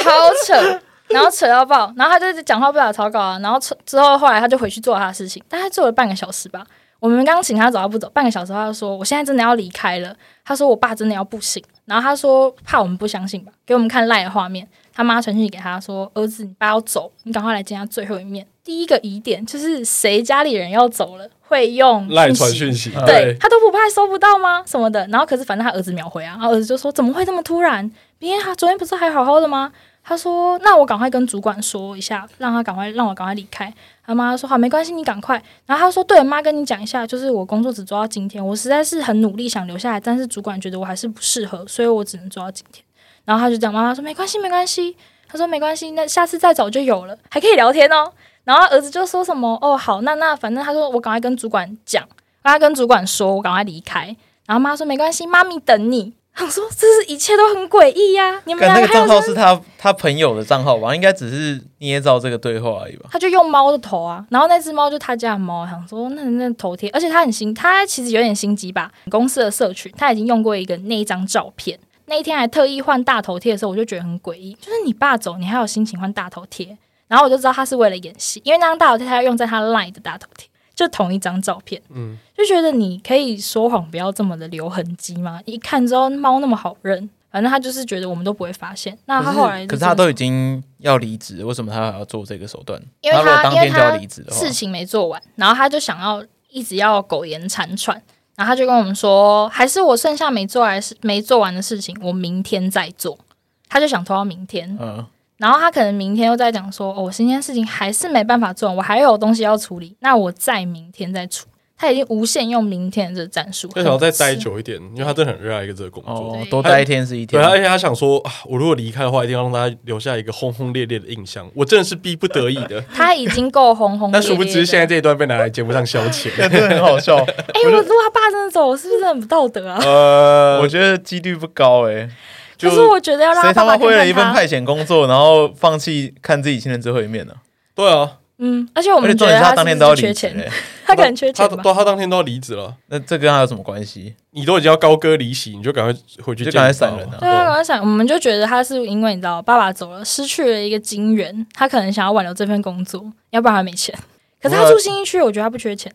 Speaker 3: 超扯。然后扯到爆，然后他就是讲话不打草稿啊，然后扯之后后来他就回去做他的事情，大概做了半个小时吧。我们刚请他走，他不走，半个小时后他就说：“我现在真的要离开了。”他说：“我爸真的要不行。”然后他说：“怕我们不相信吧？”给我们看赖的画面，他妈传讯息给他说：“儿子，你爸要走，你赶快来见他最后一面。”第一个疑点就是谁家里人要走了，会用
Speaker 1: 赖传
Speaker 3: 息
Speaker 1: 讯息，
Speaker 3: 对，他都不怕收不到吗？什么的，然后可是反正他儿子秒回啊，然后儿子就说怎么会这么突然？明天他昨天不是还好好的吗？他说那我赶快跟主管说一下，让他赶快让我赶快离开。他妈说好没关系，你赶快。然后他说对，妈跟你讲一下，就是我工作只做到今天，我实在是很努力想留下来，但是主管觉得我还是不适合，所以我只能做到今天。然后他就讲妈妈说没关系没关系，他说没关系，那下次再找就有了，还可以聊天哦。然后儿子就说什么哦好，那那反正他说我赶快跟主管讲。然后他跟主管说：“我赶快离开。”然后妈说：“没关系，妈咪等你。” 我说：“这是一切都很诡异呀、你们
Speaker 2: 看那
Speaker 3: 两
Speaker 2: 个
Speaker 3: 个还有
Speaker 2: 账
Speaker 3: 什
Speaker 2: 号
Speaker 3: 么
Speaker 2: 是他他朋友的账号吧，应该只是捏造这个对话而已吧？
Speaker 3: 他就用猫的头啊，然后那只猫就他家的猫，想说那那头贴，而且他很心，他其实有点心机吧。公司的社群他已经用过一个那一张照片，那一天还特意换大头贴的时候，我就觉得很诡异，就是你爸走，你还有心情换大头贴，然后我就知道他是为了演戏，因为那张大头贴他要用在他 LINE 的大头贴，就同一张照片，
Speaker 1: 嗯
Speaker 3: 就觉得你可以说谎，不要这么的留痕迹嘛。一看之后猫那么好认，反正他就是觉得我们都不会发现。那他后来
Speaker 2: 可
Speaker 3: 就是真
Speaker 2: 他
Speaker 3: 的
Speaker 2: 都已经要离职，为什么他还要做这个手段？
Speaker 3: 因为
Speaker 2: 如果
Speaker 3: 他
Speaker 2: 当
Speaker 3: 因为
Speaker 2: 天就要
Speaker 3: 他
Speaker 2: 离职的话，
Speaker 3: 事情没做完，然后他就想要一直要苟延残喘，然后他就跟我们说，还是我剩下没做完事没做完的事情，我明天再做。他就想拖到明天，
Speaker 2: 嗯，
Speaker 3: 然后他可能明天又在讲说，哦，我今天事情还是没办法做完，我还有东西要处理，那我再明天再处。他已经无限用明天的这个战术，
Speaker 1: 他想要再待
Speaker 3: 很
Speaker 1: 久一点，因为他真的很热爱一个这个工作。
Speaker 2: 哦
Speaker 3: 对，，
Speaker 2: 多待一天是一
Speaker 1: 对，而
Speaker 2: 天，
Speaker 1: 且他想说啊，我如果离开的话，一定要让大家留下一个轰轰烈烈的印象。我真的是逼不得已的
Speaker 3: 他已经够轰 轰烈烈的。
Speaker 1: 但殊不知现在这一段被拿来节目上消遣。
Speaker 2: 真的很好 笑。
Speaker 3: 哎、我如果他爸真的走，我是不是很不道德啊？
Speaker 1: 呃
Speaker 2: 我，觉得几率不高哎，
Speaker 3: 可
Speaker 2: 就是
Speaker 3: 我觉得要让
Speaker 2: 谁
Speaker 3: 他
Speaker 2: 他
Speaker 3: 爸
Speaker 2: 妈
Speaker 3: 爸看
Speaker 2: 为了一
Speaker 3: 看
Speaker 2: 份
Speaker 3: 他，
Speaker 2: 派遣工作，然后放弃看自己亲人最后一面呢？
Speaker 1: 对啊，
Speaker 3: 嗯，而且我
Speaker 2: 而且
Speaker 3: 们觉
Speaker 2: 重
Speaker 3: 得
Speaker 2: 点是
Speaker 3: 他
Speaker 2: 当
Speaker 3: 是
Speaker 2: 天
Speaker 3: 不
Speaker 2: 都要
Speaker 3: 是
Speaker 2: 离
Speaker 3: 缺
Speaker 2: 职
Speaker 3: 钱，
Speaker 2: 欸，
Speaker 3: 他可能缺
Speaker 1: 他
Speaker 3: 钱吧。
Speaker 1: 到他当天都要离职了，
Speaker 2: 那这跟他有什么关系？
Speaker 1: 你都已经要高歌离席，你就赶快回去
Speaker 2: 就
Speaker 1: 见
Speaker 2: 赶
Speaker 1: 你爸
Speaker 2: 快闪人
Speaker 1: 嘛
Speaker 2: 啊
Speaker 3: 对啊，我在想，我们就觉得他是因为你知道，爸爸走了，失去了一个金源，他可能想要挽留这份工作，要不然他没钱。可是他住新一区，我觉得他不缺钱，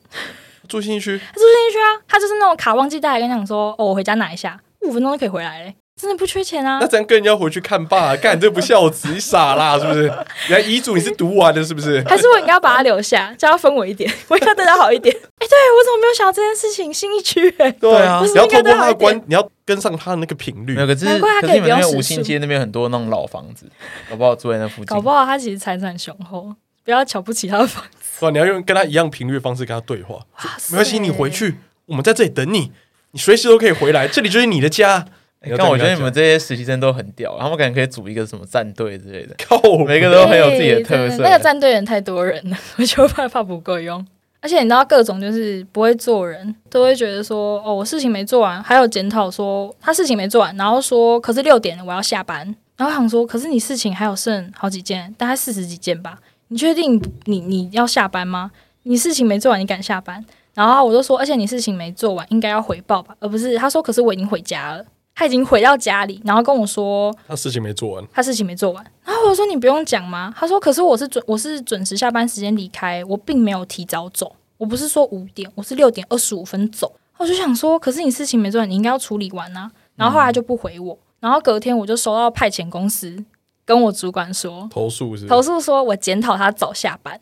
Speaker 1: 住新区，
Speaker 3: 他住新一区啊，他就是那种卡忘记带，跟你讲说，哦，我回家拿一下，五分钟就可以回来嘞，真的不缺钱啊
Speaker 1: 那。咱更要回去看爸、干这不孝子，你傻啦，是不是？原来遗嘱你是读完的，是不是？
Speaker 3: 还是我应该把他留下，叫他分我一点， 我应该对他好一 点。哎、对我怎么没有想到这件事情？新一区、欸，
Speaker 1: 对
Speaker 2: 啊
Speaker 3: 不
Speaker 1: 你
Speaker 3: 是
Speaker 1: 要
Speaker 3: 应
Speaker 1: 透
Speaker 3: 该
Speaker 1: 过
Speaker 3: 对他
Speaker 1: 他
Speaker 3: 好一
Speaker 1: 的
Speaker 3: 点
Speaker 1: 观，？你要跟上他的那个频率
Speaker 2: 没有，。可是
Speaker 3: 难怪他
Speaker 2: 可
Speaker 3: 可以
Speaker 2: 是你们那
Speaker 3: 不
Speaker 2: 个
Speaker 3: 用时
Speaker 2: 五星
Speaker 3: 速
Speaker 2: 街那边很多那种老房子，搞不好住在那附近
Speaker 3: 搞。不好他其实财产雄厚，不要瞧不起他的房子。
Speaker 1: 对吧，啊你要用跟他一样频率的方式跟他对话。没
Speaker 3: 没
Speaker 1: 关系，你回去，我们在这里等你，你随时都可以回来，这里就是你的家。
Speaker 2: 欸但我觉得你们这些实习生都很屌，他们感觉可以组一个什么战队之类的，
Speaker 1: 靠，
Speaker 2: 每个都很有自己的特
Speaker 3: 对真
Speaker 2: 色。
Speaker 3: 的那个战队人太多人了，我觉得办法不够用。而且你知道，各种就是不会做人，都会觉得说，哦，我事情没做完，还有检讨说他事情没做完，然后说，可是六点了我要下班，然后想说，可是你事情还有剩好几件，大概四十几件吧，你确定你你要下班吗？你事情没做完，你敢下班？然后我就说，而且你事情没做完，应该要回报吧，而不是他说，可是我已经回家了，他已经回到家里，然后跟我说，
Speaker 1: 他事情没做完，
Speaker 3: 他事情没做完。然后我说你不用讲吗？他说可是我是准我是准时下班时间离开，我并没有提早走，我不是说五点，我是六点二十五分走。我就想说，可是你事情没做完，你应该要处理完啊。然后后来他就不回我，然后隔天我就收到派遣公司跟我主管说，
Speaker 1: 投诉是不
Speaker 3: 投
Speaker 1: 是
Speaker 3: 诉说我检讨他早下班，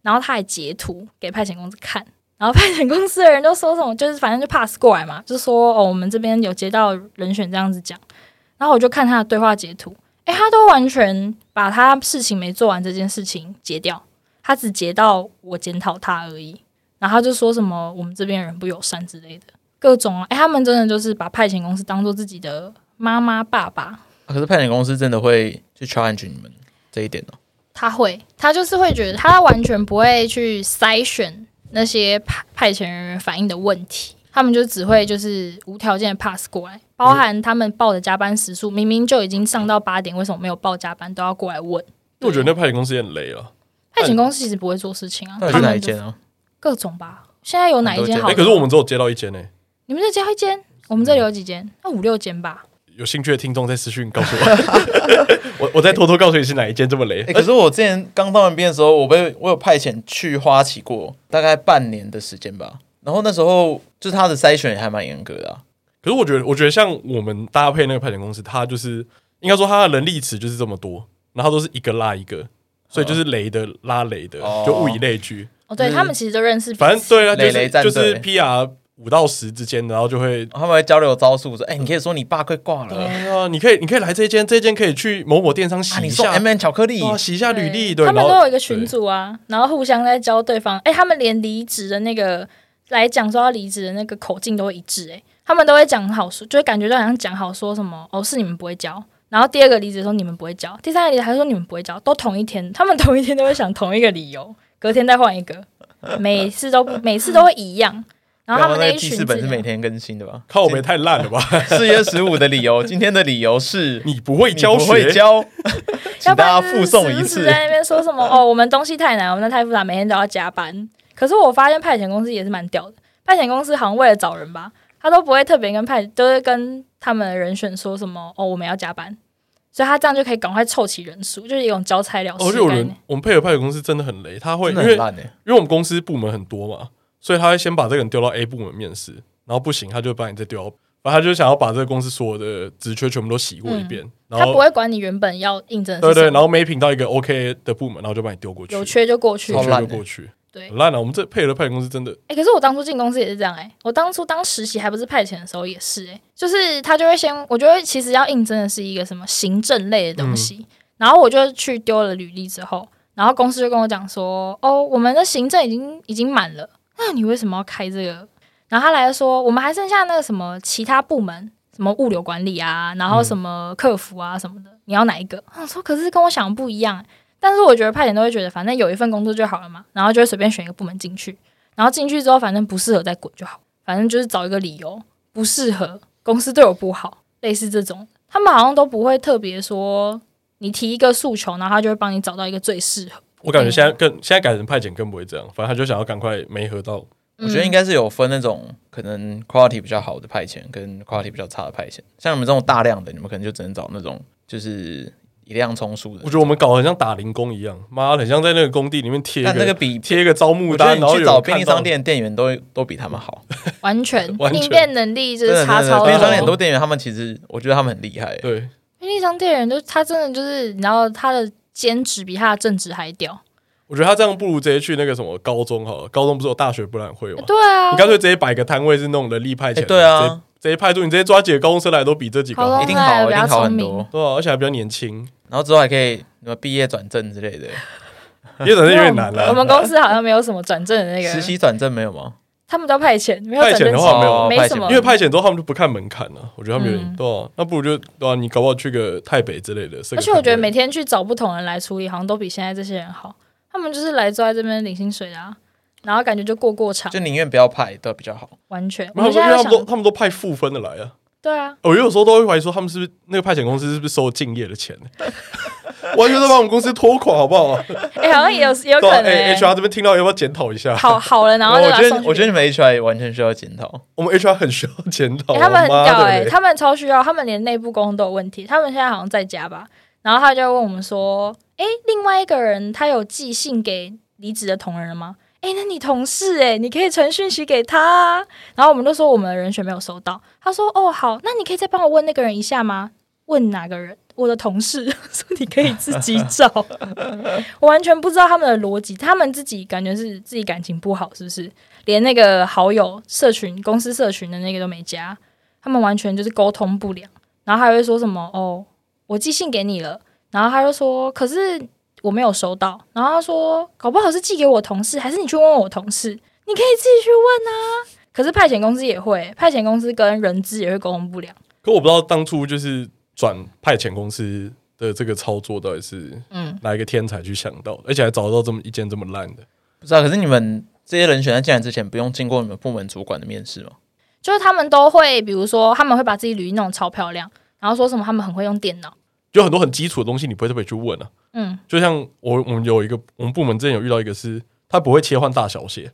Speaker 3: 然后他还截图给派遣公司看，然后派遣公司的人就说什么，就是反正就 pass 过来嘛，就说哦，我们这边有接到人选这样子讲，然后我就看他的对话截图，诶，他都完全把他事情没做完这件事情截掉，他只截到我检讨他而已，然后他就说什么我们这边人不友善之类的，各种啊，诶，他们真的就是把派遣公司当做自己的妈妈爸爸，
Speaker 2: 可是派遣公司真的会去 challenge 你们，这一点呢、哦
Speaker 3: 他会，他就是会觉得他完全不会去筛选那些派派遣人员反映的问题，他们就只会就是无条件的 pass 过来，包含他们报的加班时数，明明就已经上到八点，为什么没有报加班都要过来问？
Speaker 4: 因为我觉得那派遣公司也很累啊。
Speaker 3: 派遣公司其实不会做事情啊，
Speaker 2: 到底
Speaker 3: 他
Speaker 2: 是
Speaker 3: 们
Speaker 2: 哪
Speaker 3: 就
Speaker 2: 一间啊？
Speaker 3: 各种吧。现在有哪一间
Speaker 4: 哎、
Speaker 3: 好
Speaker 2: 很多间
Speaker 3: 的？
Speaker 4: 可是我们只有接到一间呢、
Speaker 3: 你们这加一间，我们这里有几间？那五六间吧。
Speaker 1: 有兴趣的听众在私讯告诉我，我 我再偷偷告诉你是哪一间这么雷
Speaker 2: 欸。可是我之前刚当完兵的时候，我被我有派遣去花旗过大概半年的时间吧。然后那时候就是他的筛选也还蛮严格的、啊，
Speaker 1: 可是我觉得，我觉得像我们搭配那个派遣公司，它就是应该说它的人力池就是这么多，然后都是一个拉一个，所以就是雷的拉雷的
Speaker 2: 哦，
Speaker 1: 就物以类聚。
Speaker 3: 哦，对
Speaker 2: 嗯
Speaker 3: 他们其实都认识彼此，
Speaker 1: 反正对啊，就
Speaker 2: 雷雷
Speaker 1: 是
Speaker 2: 战
Speaker 1: 就
Speaker 2: 队
Speaker 1: 是 PR 五到十之间，然后就会。
Speaker 2: 他们会交流招数，说：“哎、你可以说你爸快挂了，
Speaker 1: 哎呀，你可以，你可以来这间，这间可以去某某电商
Speaker 2: 啊，
Speaker 1: 洗
Speaker 2: 你
Speaker 1: 一
Speaker 2: 送
Speaker 1: 下，
Speaker 2: M N E 巧克力，
Speaker 1: 哇，洗一下履历，对，
Speaker 3: 他们
Speaker 1: 然后
Speaker 3: 都有一个群组啊，然后互相在教对方。哎、他们连离职的那个来讲说要离职的那个口径都会一致、哎，他们都会讲好说，就会感觉到好像讲好说什么哦，是你们不会教。然后第二个离职的时候你们不会教，第三个离职还说你们不会教，都同一天，他们 同一天都会想同一个理由，隔天再换一个，每次都不每次都会一样。然后他们
Speaker 2: 那
Speaker 3: 一
Speaker 2: 个记
Speaker 3: 群
Speaker 2: 事本是
Speaker 3: 字
Speaker 2: 每天更新的吧？
Speaker 1: 靠我们也太烂 了吧！
Speaker 2: 四月十五的理由，今天的理由是
Speaker 1: 你不会
Speaker 2: 你
Speaker 1: 教
Speaker 2: 不
Speaker 1: 学
Speaker 2: 会，教，
Speaker 3: 要
Speaker 2: 请
Speaker 3: 不
Speaker 2: 大家
Speaker 3: 然就是
Speaker 2: 附送一
Speaker 3: 时不时
Speaker 2: 次。
Speaker 3: 在那边说什么哦，我们东西太难，我们那太复杂，每天都要加班。可是我发现派遣公司也是蛮屌的，派遣公司好像为了找人吧，他都不会特别跟派，都会跟他们的人选说什么哦，我们要加班，所以他这样就可以赶快凑齐人数，就是一种交差了
Speaker 1: 而
Speaker 3: 事
Speaker 1: 且
Speaker 3: 的
Speaker 1: 我
Speaker 3: 概
Speaker 1: 们
Speaker 3: 念。
Speaker 1: 我们配合派遣公司真的很雷，他会因
Speaker 2: 真的
Speaker 1: 为
Speaker 2: 很烂哎、
Speaker 1: 因为我们公司部门很多嘛，所以他会先把这个人丢到 A 部门面试，然后不行，他就把你再丢到，反正他就想要把这个公司所有的职缺全部都洗过一遍，
Speaker 3: 嗯他
Speaker 1: 然
Speaker 3: 不
Speaker 1: 后
Speaker 3: 会管你原本要应征的
Speaker 1: 对
Speaker 3: 是
Speaker 1: 对，
Speaker 3: 什
Speaker 1: 然
Speaker 3: 么，
Speaker 1: 后没评到一个 OK 的部门，然后就把你丢过去，
Speaker 3: 有缺就过去
Speaker 1: 有。
Speaker 2: 超烂
Speaker 1: 就
Speaker 2: 的
Speaker 1: 过去，
Speaker 3: 对，
Speaker 1: 很烂啊了、我们这配合派遣公司真的，
Speaker 3: 哎、可是我当初进公司也是这样哎、我当初当实习还不是派遣的时候也是哎、就是他就会先，我觉得其实要应征的是一个什么行政类的东西，然后我就去丢了履历之后，然后公司就跟我讲说，哦，我们的行政已经已经满了，那你为什么要开这个？然后他来说，我们还剩下那个什么其他部门，什么物流管理啊，然后什么客服啊什么的，你要哪一个？我说可是跟我想的不一样欸、但是我觉得派遣都会觉得，反正有一份工作就好了嘛，然后就会随便选一个部门进去，然后进去之后反正不适合再滚就好，反正就是找一个理由不适合，公司对我不好，类似这种，他们好像都不会特别说你提一个诉求，然后他就会帮你找到一个最适合。
Speaker 1: 我感觉现在更现在改成派遣更不会这样，反正他就想要赶快没合到，
Speaker 2: 我觉得应
Speaker 3: 嗯
Speaker 2: 该是有分那种可能 quality 比较好的派遣跟 quality 比较差的派遣。像你们这种大量的，你们可能就只能找那种就是一辆充数的。
Speaker 1: 我觉得我们搞得很像打零工一样，妈的，很像在那个工地里面贴一
Speaker 2: 但那
Speaker 1: 个
Speaker 2: 个比
Speaker 1: 贴一个招募
Speaker 2: 我觉得
Speaker 1: 单，然
Speaker 2: 你
Speaker 1: 后
Speaker 2: 去
Speaker 1: 有
Speaker 2: 找
Speaker 1: 人
Speaker 2: 便利
Speaker 1: 看到
Speaker 2: 商。店店员都都比他们好，
Speaker 3: 完全
Speaker 1: 完全
Speaker 3: 应变能力就
Speaker 2: 真
Speaker 3: 是
Speaker 2: 的
Speaker 3: 差
Speaker 2: 真的
Speaker 3: 超
Speaker 2: 便
Speaker 3: 多
Speaker 2: 利商店很
Speaker 1: 都
Speaker 2: 多店员他们其实我觉得他们很厉害。
Speaker 1: 哦
Speaker 2: 哎
Speaker 1: 对，
Speaker 3: 便利商店人就他真的就是，你知道他的兼职比他的正职还屌。
Speaker 1: 我觉得他这样不如直接去那个什么高中好了，高中不是有大学博览会吗？
Speaker 3: 对啊
Speaker 1: 你，干脆直接摆个摊位是那种人力派遣的、
Speaker 2: 哎对啊
Speaker 1: 直接，直接派出，你直接抓几个高中生来都比这几个
Speaker 3: 高
Speaker 1: 好
Speaker 3: 中
Speaker 2: 一定好，
Speaker 3: 比
Speaker 2: 一
Speaker 3: 较
Speaker 2: 定好很
Speaker 3: 聪明
Speaker 2: 多。
Speaker 1: 对啊，而且还比较年轻，
Speaker 2: 然后之后还可以什么毕业转正之类的，
Speaker 1: 也整是有点难啊
Speaker 3: 我
Speaker 1: 了。
Speaker 3: 们公司好像没有什么转正的那
Speaker 2: 实习
Speaker 3: 个，
Speaker 2: 转正没有吗？
Speaker 3: 他们都派遣，没有
Speaker 1: 派
Speaker 3: 转
Speaker 1: 遣
Speaker 3: 正
Speaker 1: 的话没有，
Speaker 2: 哦
Speaker 3: 没什么
Speaker 1: 因为派遣之后他们就不看门槛了，我觉得他们有点、
Speaker 3: 嗯
Speaker 1: 对啊，那不如就对啊，你搞不好去个台北之类的。设个
Speaker 3: 而且我觉得
Speaker 1: 摊位
Speaker 3: 每天去找不同人来处理，好像都比现在这些人好。他们就是来坐在这边领薪水的啊，然后感觉就过过场
Speaker 2: 就，宁愿不要派都比较好。
Speaker 3: 完全。我
Speaker 1: 没有，
Speaker 3: 们
Speaker 1: 因
Speaker 3: 现
Speaker 1: 为
Speaker 3: 在
Speaker 1: 他
Speaker 3: 在
Speaker 1: 们都
Speaker 3: 想，
Speaker 1: 他们都派负分的来啊。
Speaker 3: 对啊，
Speaker 1: 我有时候都会怀疑说，他们是不是那个派遣公司是不是收敬业的钱？ 完全都把我们公司拖垮，好不好？
Speaker 3: 哎，好像也有 也有
Speaker 1: 对啊
Speaker 3: 可能
Speaker 1: 哎
Speaker 3: 欸。
Speaker 1: ，HR 这边听到要不要检讨一下？
Speaker 3: 好好了，然后
Speaker 2: 我
Speaker 3: 就把
Speaker 2: 觉
Speaker 3: 他送
Speaker 2: 得
Speaker 3: 去
Speaker 2: 我觉得你们 HR 也完全需要检讨。
Speaker 1: 我们 HR 很需要检讨、啊
Speaker 3: 欸他们很
Speaker 1: 妈
Speaker 3: 屌
Speaker 1: 的
Speaker 3: 哎、
Speaker 1: 嘞
Speaker 3: 他们超需要，他们连内部沟通都有问题。他们现在好像在家吧，然后他就问我们说：“哎、另外一个人他有寄信给离职的同仁了吗？”哎、那你同事哎、你可以传讯息给他、啊。然后我们就说我们的人选没有收到。他说：“哦，好，那你可以再帮我问那个人一下吗？问哪个人？我的同事 说你可以自己找。 我完全不知道他们的逻辑，他们自己感觉是自己感情不好，是不是？连那个好友社群、公司社群的那个都没加。他们完全就是沟通不良，然后还会说什么哦，我寄信给你了，然后他就说，可是我没有收到，然后他说，搞不好是寄给我同事，还是你去问问我同事，你可以自己去问啊。可是派遣公司也会，派遣公司跟人资也会沟通不良，
Speaker 1: 可我不知道当初就是转派遣公司的这个操作到底是
Speaker 3: 嗯，
Speaker 1: 哪一个天才去想到的，而且还找到这么一间这么烂的，
Speaker 2: 不知道，可是你们这些人选在进来之前，不用经过你们部门主管的面试吗？
Speaker 3: 就是他们都会，比如说他们会把自己履历弄得超漂亮，然后说什么他们很会用电脑，
Speaker 1: 就很多很基础的东西你不会特别去问啊。
Speaker 3: 嗯，
Speaker 1: 就像我我们有一个我们部门之前有遇到一个是，他不会切换大小写，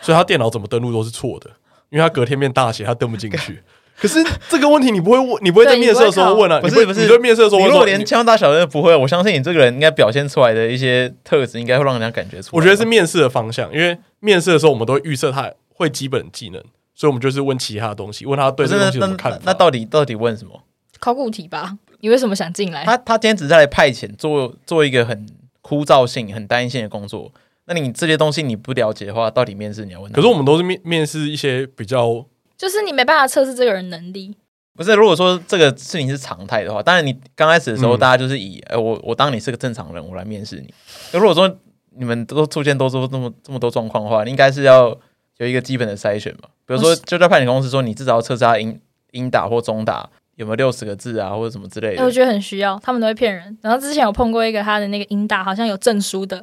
Speaker 1: 所以他电脑怎么登录都是错的，因为他隔天变大写，他登不进去。 可是这个问题你不会问，你不会在
Speaker 3: 对
Speaker 1: 面试的时候问啊，
Speaker 2: 不
Speaker 1: 你
Speaker 2: 是不是
Speaker 1: 你在面试的时候
Speaker 2: 你
Speaker 1: 问
Speaker 2: 如
Speaker 1: 说
Speaker 2: 果连千万大小人都不会，我相信你这个人应该表现出来的一些特质，应该会让人家感觉出来。
Speaker 1: 我觉得是面试的方向，因为面试的时候我们都会预设他会基本技能，所以我们就是问其他的东西，问他对
Speaker 2: 不
Speaker 1: 这个东
Speaker 2: 是那
Speaker 1: 西有什么
Speaker 2: 那
Speaker 1: 看
Speaker 2: 那
Speaker 1: 法。
Speaker 2: 那到底到底问什么？
Speaker 3: 考古题吧。你为什么想进来？
Speaker 2: 他他今天只是在来派遣做做一个很枯燥性、很单一性的工作。那你这些东西你不了解的话，到底面试你要问他？
Speaker 1: 可是我们都是面面试一些比较
Speaker 3: 就是你没办法测试这个人能力，
Speaker 2: 不是，如果说这个事情是常态的话，当然你刚开始的时候，
Speaker 1: 嗯
Speaker 2: 大家就是以、呃我我当你是个正常人，我来面试你。那如果说你们都出现都说这么这么多状况的话，你应该是要有一个基本的筛选嘛。比如
Speaker 3: 我
Speaker 2: 说，
Speaker 3: 是
Speaker 2: 就在派遣公司说，你至少要测试他英英打或中打有没有六十个字啊，或者什么之类
Speaker 3: 哎、我
Speaker 2: 的。
Speaker 3: 觉得很需要，他们都会骗人。然后之前有碰过一个他的那个英大好像有证书的，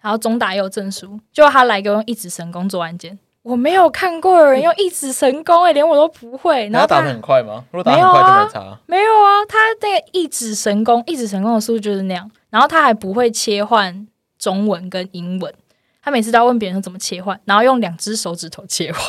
Speaker 3: 然后中大也有证书，就他来给我用一指神功做案件，我没有看过有人用一指神功、哎，连我都不会。然
Speaker 2: 那
Speaker 3: 后
Speaker 2: 他打
Speaker 3: 他
Speaker 2: 的很快吗？如果打得很快就没差。
Speaker 3: 没有啊，他那个一指神功，一指神功的速度就是那样，然后他还不会切换中文跟英文，他每次都要问别人说怎么切换，然后用两只手指头切换，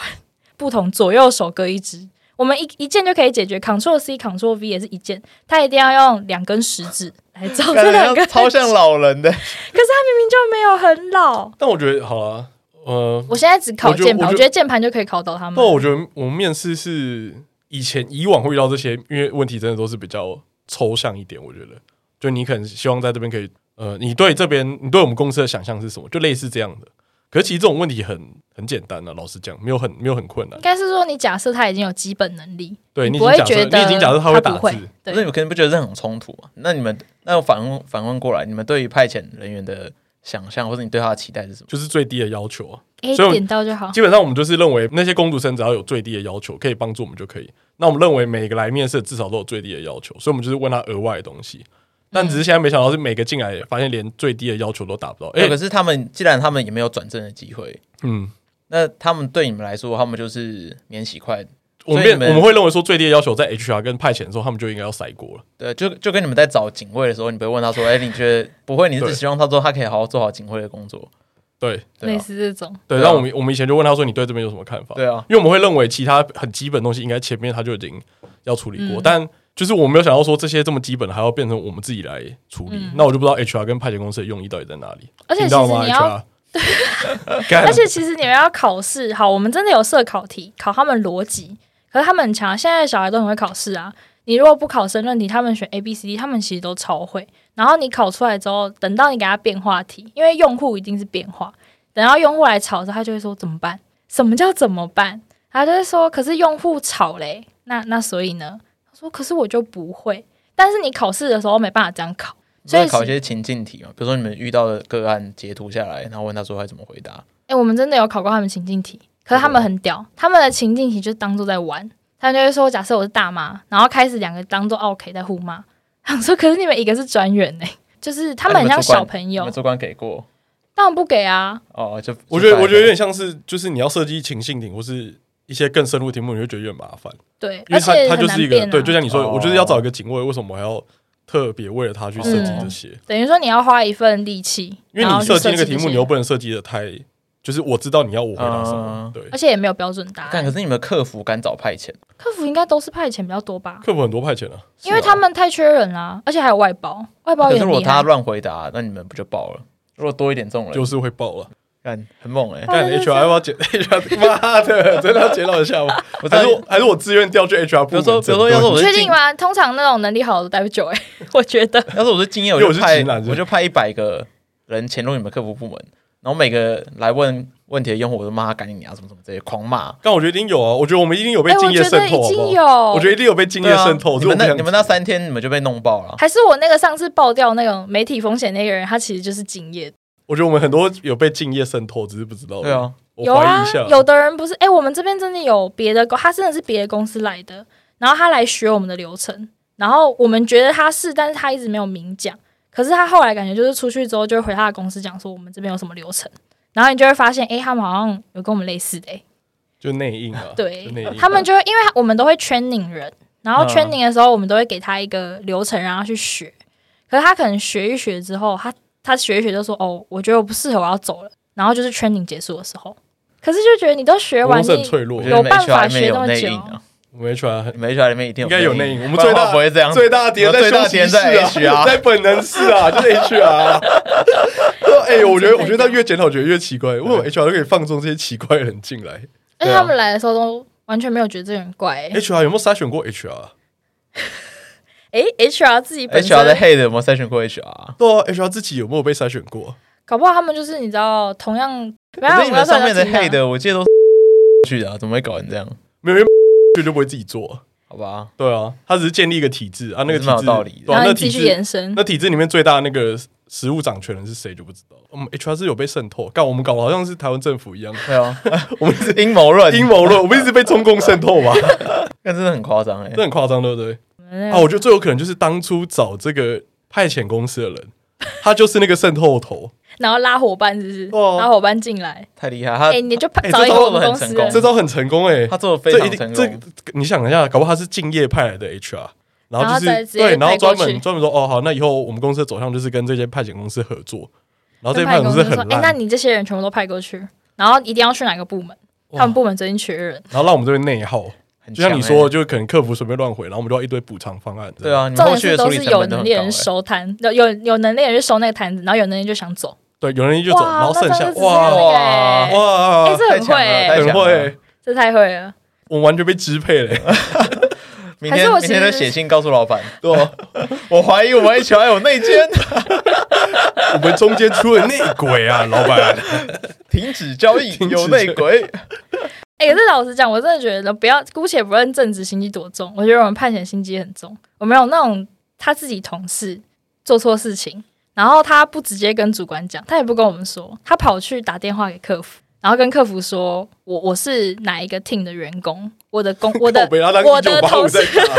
Speaker 3: 不同左右手各一只。我们一一键就可以解决，Ctrl C Ctrl V 也是一键，他一定要用两根食指来找
Speaker 2: 感
Speaker 3: 这
Speaker 2: 觉
Speaker 3: 两
Speaker 2: 像
Speaker 3: 个，
Speaker 2: 超像 老人的，
Speaker 3: 就没有很老。
Speaker 1: 但我觉得好了，呃，
Speaker 3: 我现在只考
Speaker 1: 我觉得
Speaker 3: 键盘，
Speaker 1: 我觉得哦
Speaker 3: 我觉得键盘就可以考到他们
Speaker 1: 那。我觉得我们面试是以前以往会遇到这些，因为问题真的都是比较抽象一点。我觉得，就你可能希望在这边可以，呃，你对这边你对我们公司的想象是什么？就类似这样的。可是其实这种问题很很简单啊，老实讲，没有很没有很困难
Speaker 3: 应。该是说你假设他已经有基本能力，
Speaker 1: 对你已
Speaker 3: 不
Speaker 1: 经
Speaker 3: 会
Speaker 1: 假设
Speaker 3: 觉得
Speaker 1: 你已经假设他会打
Speaker 3: 不会
Speaker 1: 字，
Speaker 3: 对
Speaker 2: 那你们可能不觉得这很冲突吗？那你们那我反问反问过来，你们对于派遣人员的想象，或者你对他的期待是什么？
Speaker 1: 就是最低的要求啊。
Speaker 3: 哎，
Speaker 1: 所以我
Speaker 3: 点到就
Speaker 2: 哦
Speaker 3: 好。
Speaker 1: 基本上我们就是认为那些工读生只要有最低的要求，可以帮助我们就可以。那我们认为每个来面试的至少都有最低的要求，所以我们就是问他额外的东
Speaker 2: 嗯
Speaker 1: 西。但只是现在没想到是每个进来发现连最低的要求都达不到。哎、
Speaker 2: 对，可是他们既然他们也没有转正的机会，
Speaker 1: 嗯，
Speaker 2: 那他们对你们来说，他们就是免洗筷，
Speaker 1: 我们
Speaker 2: 所以
Speaker 1: 变
Speaker 2: 你们
Speaker 1: 我们会认为说最低的要求在 HR 跟派遣的时候，他们就应该要塞锅了。
Speaker 2: 对，就就跟你们在找警卫的时候，你不会问他说，哎，你觉得不会？你是
Speaker 1: 对
Speaker 2: 希望他说他可以好好做好警卫的工作，
Speaker 1: 对
Speaker 2: 对
Speaker 3: 类
Speaker 2: 啊，
Speaker 3: 似这种，
Speaker 1: 对，
Speaker 2: 对啊
Speaker 1: 但我们我们以前就问他说你对这边有什么看法？
Speaker 2: 对啊，
Speaker 1: 因为我们会认为其他很基本的东西应该前面他就已经要处理过，
Speaker 3: 嗯
Speaker 1: 但就是我没有想到说这些这么基本的还要变成我们自己来处理，
Speaker 3: 嗯
Speaker 1: 那我就不知道 HR 跟派遣公司的用意到底在哪里。
Speaker 3: 而且
Speaker 1: 听
Speaker 3: 其
Speaker 1: 到
Speaker 3: 实
Speaker 1: 吗
Speaker 3: 你要
Speaker 1: HR？干
Speaker 3: 而且其实你们要考试，好，我们真的有设考题，考他们逻辑，可是他们很强，现在的小孩都很会考试啊。你如果不考申论题，他们选 A、B、C、D，他们其实都超会。然后你考出来之后，等到你给他变化题，因为用户一定是变化，等到用户来吵的时候，他就会说怎么办？什么叫怎么办？他就会说，可是用户吵嘞，那那所以呢？他说，可是我就不会。但是你考试的时候没办法这样考，所
Speaker 2: 所以
Speaker 3: 以
Speaker 2: 考一
Speaker 3: 是
Speaker 2: 些情境题嘛，比如说你们遇到的个案截图下来，然后问他说他怎么回答，
Speaker 3: 哎、我们真的有考过他们情境题，可是
Speaker 1: 啊
Speaker 3: 他们很屌，他们的情境题就当做在玩，他们就会说，假设我是大妈，然后开始两个当做 OK 在互骂， 想说，可是你们一个是专员呢、就是他
Speaker 1: 啊
Speaker 3: 们很像小朋
Speaker 2: 你
Speaker 3: 友
Speaker 2: 们，主管给过
Speaker 3: 当然不给啊，
Speaker 2: 哦，就
Speaker 1: 我觉得，我觉得有
Speaker 2: 得
Speaker 1: 点像是，就是你要设计情境题或是一些更深入的题目，你会觉得有点麻烦，
Speaker 3: 对，
Speaker 1: 因为
Speaker 3: 而
Speaker 1: 它
Speaker 3: 且
Speaker 1: 它
Speaker 3: 很
Speaker 1: 就
Speaker 3: 难
Speaker 1: 是一个、
Speaker 3: 变、啊，
Speaker 1: 对，就像你说，
Speaker 2: 哦
Speaker 1: 我就是要找一个警卫，为什么我还要特别为了他去设计这些？
Speaker 3: 等于说你要花一份力气，
Speaker 1: 因
Speaker 3: 然
Speaker 1: 为
Speaker 3: 后
Speaker 1: 你
Speaker 3: 去
Speaker 1: 设计那个
Speaker 3: 这
Speaker 1: 题目，
Speaker 3: 些
Speaker 1: 你又不能设计的太，就是我知道你要我回答什么
Speaker 2: 嗯，
Speaker 1: 对。
Speaker 3: 而且也没有标准答
Speaker 2: 看，
Speaker 3: 案
Speaker 2: 可，是你们客服敢找派遣，
Speaker 3: 客服应该都是派遣比较多吧，
Speaker 1: 客服很多派遣啊，
Speaker 3: 因为他们太缺人啦、而且还有外包，外包
Speaker 2: 可
Speaker 3: 也
Speaker 2: 是
Speaker 3: 很
Speaker 2: 如果
Speaker 3: 厉
Speaker 2: 他
Speaker 3: 害。
Speaker 2: 乱回答，那你们不就爆了？如果多一点这种人，
Speaker 1: 就是会爆了。
Speaker 2: 干很猛哎、
Speaker 1: 干 HR 要不要检 ？HR 妈的，真的要检讨一下吗？
Speaker 2: 我知
Speaker 1: 还
Speaker 2: 道
Speaker 1: 是我还是我自愿调去 HR 部
Speaker 2: 比如
Speaker 1: 门？
Speaker 2: 说，比如说，要是我
Speaker 3: 你
Speaker 2: 是
Speaker 3: 确
Speaker 2: 进
Speaker 3: 定，吗？通常那种能力好的待不久哎、 我觉得
Speaker 2: 要是我是敬业，我
Speaker 1: 因为我
Speaker 2: 就
Speaker 1: 是
Speaker 2: 派
Speaker 1: 直男是不是
Speaker 2: 我就派一百个人潜入你们客服部门，然后每个来问问题的用户，我都骂他赶紧你啊，什么什么这些狂骂。
Speaker 1: 但我觉得一定有啊，我觉得我们一定有被
Speaker 3: 哎
Speaker 1: 敬业
Speaker 3: 我觉得
Speaker 1: 渗透，
Speaker 3: 已
Speaker 1: 好
Speaker 3: 经
Speaker 1: 不好
Speaker 3: 有
Speaker 1: 我觉得一定有被敬业
Speaker 2: 对啊
Speaker 1: 渗透。
Speaker 2: 你
Speaker 1: 这我
Speaker 2: 们
Speaker 1: 不
Speaker 2: 那
Speaker 1: 想
Speaker 2: 你们那三天，你们就被弄爆了。
Speaker 3: 还是我那个上次爆掉那个媒体风险那个人，他其实就是敬业的。
Speaker 1: 我觉得我们很多有被敬业渗透，只是不知道。
Speaker 2: 对，啊，
Speaker 1: 我
Speaker 3: 有
Speaker 1: 怀疑
Speaker 3: 啊
Speaker 1: 一下，，
Speaker 3: 有的人不是，哎、我们这边真的有别的公，他真的是别的公司来的，然后他来学我们的流程，然后我们觉得他是，但是他一直没有明讲。可是他后来感觉就是出去之后，就会回他的公司讲说我们这边有什么流程，然后你就会发现，诶，哎他们好像有跟我们类似的、哎诶
Speaker 1: 就内应啊，
Speaker 3: 对
Speaker 1: 就内应。
Speaker 3: 他们就会因为我们都会 training 人，然后
Speaker 2: 嗯
Speaker 3: training 的时候，我们都会给他一个流程让他去学。可是他可能学一学之后，他他学一学就说：“哦，我觉得我不适合，我要走了。”然后就是 training 结束的时候，可是就觉得你都学
Speaker 1: 我
Speaker 3: 完，
Speaker 1: 们是很
Speaker 3: 你
Speaker 1: 脆弱
Speaker 2: 我
Speaker 1: 的
Speaker 2: 觉，得
Speaker 3: 有
Speaker 2: 你们
Speaker 3: 办法
Speaker 2: HR
Speaker 3: 哦
Speaker 2: 里面
Speaker 3: 学
Speaker 2: 有
Speaker 3: 那么
Speaker 2: 内
Speaker 3: 久
Speaker 2: 应啊，
Speaker 1: 我们 HR 很
Speaker 2: 你们 HR 里面一定有
Speaker 1: 应该有
Speaker 2: 内
Speaker 1: 内
Speaker 2: 应，
Speaker 1: 应我们最大
Speaker 2: 不然话不会这样，
Speaker 1: 最大的敌人
Speaker 2: 我们最大
Speaker 1: 休
Speaker 2: 的敌
Speaker 1: 息
Speaker 2: 人
Speaker 1: 室
Speaker 2: 在
Speaker 1: 啊
Speaker 2: HR
Speaker 1: 在本能室啊， 就是 HR。哎，我觉得我觉得他越检讨，觉得越奇怪，为什么 HR 都可以放纵这些奇怪的人进来
Speaker 3: 而且他们来的时候都完全没有觉得这个人怪、欸诶
Speaker 1: ？HR 有没有筛选过 HR？
Speaker 3: 诶 h r 自己本身
Speaker 2: HR 在 Hey 的有没有筛选过 HR？
Speaker 1: 对啊，HR 自己有没有被筛选过？
Speaker 3: 搞不好他们就是你知道，同样，
Speaker 2: 可是你们上面的 Hey
Speaker 3: 黑，
Speaker 2: 的，我记得都是 去的啊，怎么会搞成这样？
Speaker 1: 没有，因为 就就不会自己做。
Speaker 2: 好吧，
Speaker 1: 对啊，他只是建立一个体制啊，那个
Speaker 2: 也
Speaker 1: 体
Speaker 2: 是蛮有
Speaker 1: 制
Speaker 2: 道理的
Speaker 1: 对啊
Speaker 3: 然后
Speaker 1: 那
Speaker 3: 你
Speaker 1: 体
Speaker 3: 继续
Speaker 1: 制
Speaker 3: 延伸
Speaker 1: 那。体制里面最大的那个实物掌权人是谁就不知道了。我们 HR 是有被渗透，干我们搞得好像是台湾政府一样，
Speaker 2: 对啊，我们是 阴谋 论，
Speaker 1: 阴谋论，我们一直被中共渗透嘛，
Speaker 2: 那真的很夸张哎
Speaker 1: 这。很夸张，对不对？啊，
Speaker 3: 哦
Speaker 1: 我觉得最有可能就是当初找这个派遣公司的人，他就是那个渗透头，
Speaker 3: 然后拉伙伴，是不是？
Speaker 1: 哦
Speaker 3: 拉伙伴进来，
Speaker 2: 太厉害，他
Speaker 3: 哎、你就
Speaker 1: 哎
Speaker 3: 找一
Speaker 1: 这
Speaker 3: 个
Speaker 1: 招
Speaker 3: 我们
Speaker 2: 很
Speaker 3: 公司
Speaker 2: 成
Speaker 3: 的
Speaker 2: 功
Speaker 1: 这招很成功哎、
Speaker 2: 他做的非
Speaker 1: 这一
Speaker 2: 常
Speaker 1: 定
Speaker 2: 成
Speaker 1: 这
Speaker 2: 功，
Speaker 1: 你想一下，搞不好他是敬业派的 HR，然后就
Speaker 3: 然后再
Speaker 1: 是
Speaker 3: 直接
Speaker 1: 对，然后
Speaker 3: 派过
Speaker 1: 专
Speaker 3: 去
Speaker 1: 门专门说哦好，那以后我们公司的走向就是跟这些派遣公司合作，
Speaker 2: 哦
Speaker 1: 然后这些
Speaker 3: 跟
Speaker 1: 派
Speaker 3: 派
Speaker 1: 遣公司
Speaker 3: 司说
Speaker 1: 很：“
Speaker 3: 哎、
Speaker 1: 烂，
Speaker 3: 那你这些人全部都派过去，然后一定要去哪个部门？
Speaker 1: 哇
Speaker 3: 他们部门最近缺人，
Speaker 1: 然后让我们这边内耗。
Speaker 2: 很
Speaker 1: 就像你
Speaker 2: 强欸
Speaker 1: 说，，就可能客服随便乱回，然后我们就要一堆补偿方案。
Speaker 2: 对，啊，你
Speaker 3: 重
Speaker 2: 后
Speaker 3: 点
Speaker 2: 续的
Speaker 3: 是
Speaker 2: 处
Speaker 3: 都
Speaker 2: 理
Speaker 3: 是
Speaker 2: 成
Speaker 3: 有
Speaker 2: 本都
Speaker 3: 能
Speaker 2: 很
Speaker 3: 力的人
Speaker 2: 高欸。
Speaker 3: 收摊，有有有能力的人去收那个摊子，然后有能力就想走。
Speaker 1: 对，有人就走，然后剩下
Speaker 3: 那真的是那个
Speaker 2: 哇
Speaker 3: 哎、
Speaker 1: 哇，
Speaker 3: 哎这
Speaker 2: 太
Speaker 3: 很
Speaker 2: 强
Speaker 3: 会、
Speaker 2: 了太强
Speaker 3: 哎，
Speaker 1: 很
Speaker 2: 了
Speaker 1: 会，
Speaker 3: 这太会了。
Speaker 1: 我完全被支配嘞。
Speaker 2: 明
Speaker 3: 还是
Speaker 2: 天
Speaker 3: 我
Speaker 2: 明天
Speaker 3: 其
Speaker 2: 就
Speaker 3: 实
Speaker 2: 写信告诉老板，哦
Speaker 1: 对吧？
Speaker 2: 我怀疑我们 HR 有内奸，
Speaker 1: 我们中间出了内鬼啊，老板。
Speaker 2: 停止交易，
Speaker 1: 停止
Speaker 2: 有内鬼。
Speaker 3: 哎、可是老实讲，我真的觉得不要姑且不论正职心机多重，我觉得我们派遣心机很重。我们有那种他自己同事做错事情，然后他不直接跟主管讲，他也不跟我们说，他跑去打电话给客服，然后跟客服说：“我我是哪一个 team 的员工，我的工 我的
Speaker 1: 被他当
Speaker 3: 我
Speaker 1: 一
Speaker 3: 的
Speaker 1: 九八
Speaker 3: 同
Speaker 1: 五
Speaker 3: 事
Speaker 1: 在打，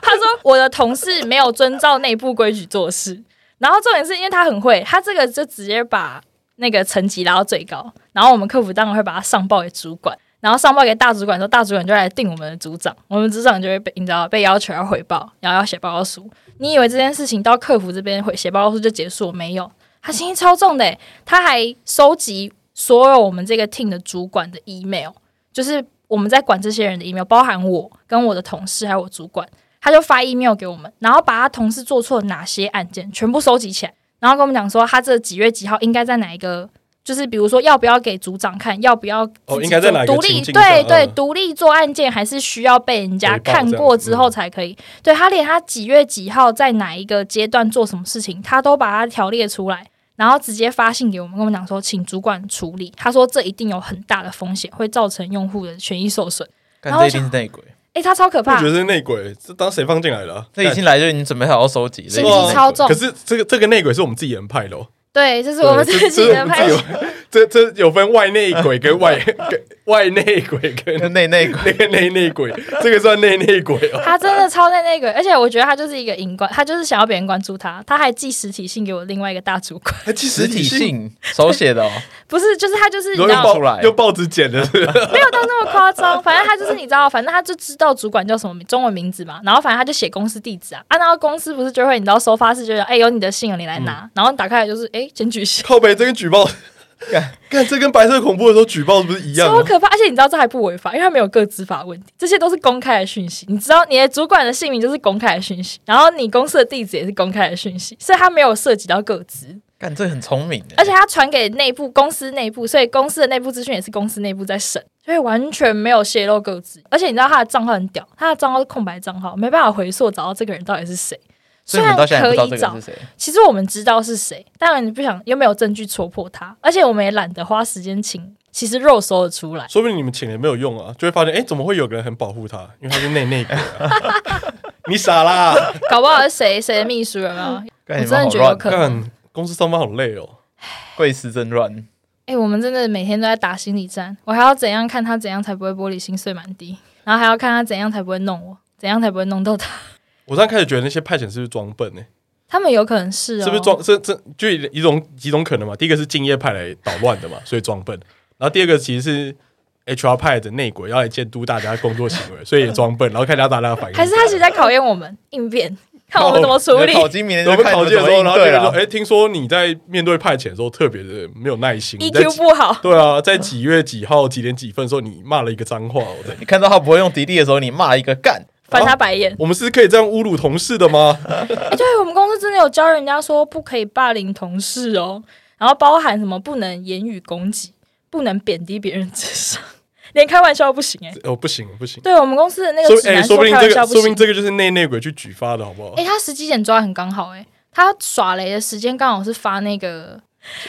Speaker 3: 他说我的同事没有遵照内部规矩做事，然后重点是因为他很会，他这个就直接把那个层级拉到最高，然后我们客服当然会把他上报给主管，然后上报给大主管之后，大主管就来定我们的组长，我们组长就会被你知道被要求要汇报，然后要写报告书。你以为这件事情到客服这边会写报告书就结束了？没有，他心机超重的欸，他还收集所有我们这个 team 的主管的 email，就是我们在管这些人的 email，包含我跟我的同事还有我主管。他就发 email 给我们，然后把他同事做错哪些案件全部收集起来，然后跟我们讲说他这几月几号应该在哪一个，就是比如说要不要给组长看，要不要自
Speaker 1: 哦
Speaker 3: 己
Speaker 1: 应该在哪个
Speaker 3: 做独立
Speaker 1: 情境下
Speaker 3: 对
Speaker 1: 嗯
Speaker 3: 对独立做案件，还是需要被人家
Speaker 1: 回报
Speaker 3: 看
Speaker 1: 这样
Speaker 3: 过之后
Speaker 1: 嗯
Speaker 3: 才可以。对他连他几月几号在哪一个阶段做什么事情，他都把它条列出来。然后直接发信给我们，跟我们讲说，请主管处理。他说这一定有很大的风险，会造成用户的权益受损。然
Speaker 2: 干，
Speaker 3: 后
Speaker 2: 这
Speaker 3: 我
Speaker 2: 一定是内鬼，
Speaker 3: 诶，他超可
Speaker 1: 我
Speaker 3: 怕
Speaker 1: 觉，得是内鬼，这当谁放进来的啊？
Speaker 2: 这一进来就已经准备好要收集，这
Speaker 3: 心
Speaker 2: 一定是内
Speaker 3: 机
Speaker 2: 鬼
Speaker 3: 超重
Speaker 1: 可。是这个这个内鬼是我们自己人派的哦，
Speaker 3: 对，这是我们
Speaker 1: 对
Speaker 3: 自己的派系。。
Speaker 1: 这这这这有分外内鬼跟外跟外内鬼跟
Speaker 2: 内内鬼。
Speaker 1: 那个内内鬼，这个算内内鬼哦。
Speaker 3: 他真的超在那个，而且我觉得他就是一个引关，他就是想要别人关注他，他还寄实体信给我另外一个大主管，
Speaker 1: 还寄
Speaker 2: 实体，信手写的哦，
Speaker 3: 不是，就是他 就是你
Speaker 1: 然
Speaker 3: 知
Speaker 1: 后用
Speaker 3: 道
Speaker 2: 出来
Speaker 1: 报用报纸剪的，是不是
Speaker 3: 没有到那么夸张，反正他就是你知道，反正他就知道主管叫什么名中文名字嘛，然后反正他就写公司地址啊，啊，然后公司不是就会你知道收发室就有，哎、有你的信了，你来拿，
Speaker 1: 嗯
Speaker 3: 然后打开来就是哎检举信，
Speaker 1: 靠北这跟举报， 看这跟白色恐怖的时候举报不是一样啊
Speaker 3: 超
Speaker 1: 吗？
Speaker 3: 可怕，而且你知道这还不违法，因为他没有个资法问题，这些都是公开的讯息。你知道你的主管的姓名就是公开的讯息，然后你公司的地址也是公开的讯息，所以他没有涉及到个资，
Speaker 2: 干这很聪明欸，
Speaker 3: 而且他传给内部公司内部，所以公司的内部资讯也是公司内部在审，所以完全没有泄露个资。而且你知道他的账号很屌，他的账号是空白账号，没办法回溯找到这个人到底是谁。
Speaker 2: 所以你们到现在也不知道
Speaker 3: 虽
Speaker 2: 这
Speaker 3: 然
Speaker 2: 个人
Speaker 3: 可以
Speaker 2: 是谁，
Speaker 3: 其实我们知道是谁，但你不想又没有证据戳破他，而且我们也懒得花时间请，其实肉搜得出来。
Speaker 1: 说不定你们请了没有用啊，就会发现，哎，怎么会有个人很保护他？因为他是内内鬼啊， 你傻啦！
Speaker 3: 搞不好是谁谁的秘书有没有？
Speaker 2: 干
Speaker 3: 我
Speaker 2: 你们
Speaker 3: 真的
Speaker 2: 好
Speaker 3: 觉得有
Speaker 2: 乱，
Speaker 3: 可能。
Speaker 1: 看公司上班好累哦，
Speaker 2: 贵司真乱。
Speaker 3: 哎、我们真的每天都在打心理战，我还要怎样看他怎样才不会玻璃心碎满地，然后还要看他怎样才不会弄我，怎样才不会弄到他。
Speaker 1: 我现在开始觉得那些派遣是不是装笨欸呢、
Speaker 3: 他们有可能是、哦，
Speaker 1: 是不是装？这这就一种几种可能嘛。第一个是敬业派来捣乱的嘛，所以装笨；然后第二个其实是 HR 派的内鬼要来监督大家工作 行为，所以也装笨，然后看一下大家的反应。
Speaker 3: 还是他其实在考验我们应
Speaker 1: 哦
Speaker 3: 变，看我们怎么处理
Speaker 2: 哦你的。考鸡明年
Speaker 1: 我
Speaker 2: 就
Speaker 1: 们
Speaker 2: 看
Speaker 1: 考
Speaker 2: 你
Speaker 1: 试的
Speaker 2: 们
Speaker 1: 时
Speaker 2: 怎么
Speaker 1: 候，然后就
Speaker 2: 应对啊
Speaker 1: 会说：“
Speaker 2: 了。
Speaker 1: 哎、听说你在面对派遣的时候特别的没有耐心。你在
Speaker 3: EQ E 不好，
Speaker 1: 对啊，在几月几号几点几分的时候，你骂了一个脏话。我在
Speaker 2: 你看到他不会用敌地的时候，你骂一个干，
Speaker 3: 翻他白眼。
Speaker 1: 我们是可以这样侮辱同事的 吗？
Speaker 3: 哎、对我们公司真的有教人家说不可以霸凌同事哦，然后包含什么不能言语攻击，不能贬低别人智商，连开玩笑都不行哎、
Speaker 1: 哦，不行不行。
Speaker 3: 对我们公司的那
Speaker 1: 说
Speaker 3: 个指
Speaker 1: 哎、
Speaker 3: 南
Speaker 1: 说不
Speaker 3: 开
Speaker 1: 定这
Speaker 3: 玩笑
Speaker 1: 个，
Speaker 3: 不
Speaker 1: 说不定
Speaker 3: 行。
Speaker 1: 这个就是内内鬼去举发的好不好？
Speaker 3: 哎、他十几点抓得很刚好哎、他耍雷的时间刚好是发那 个，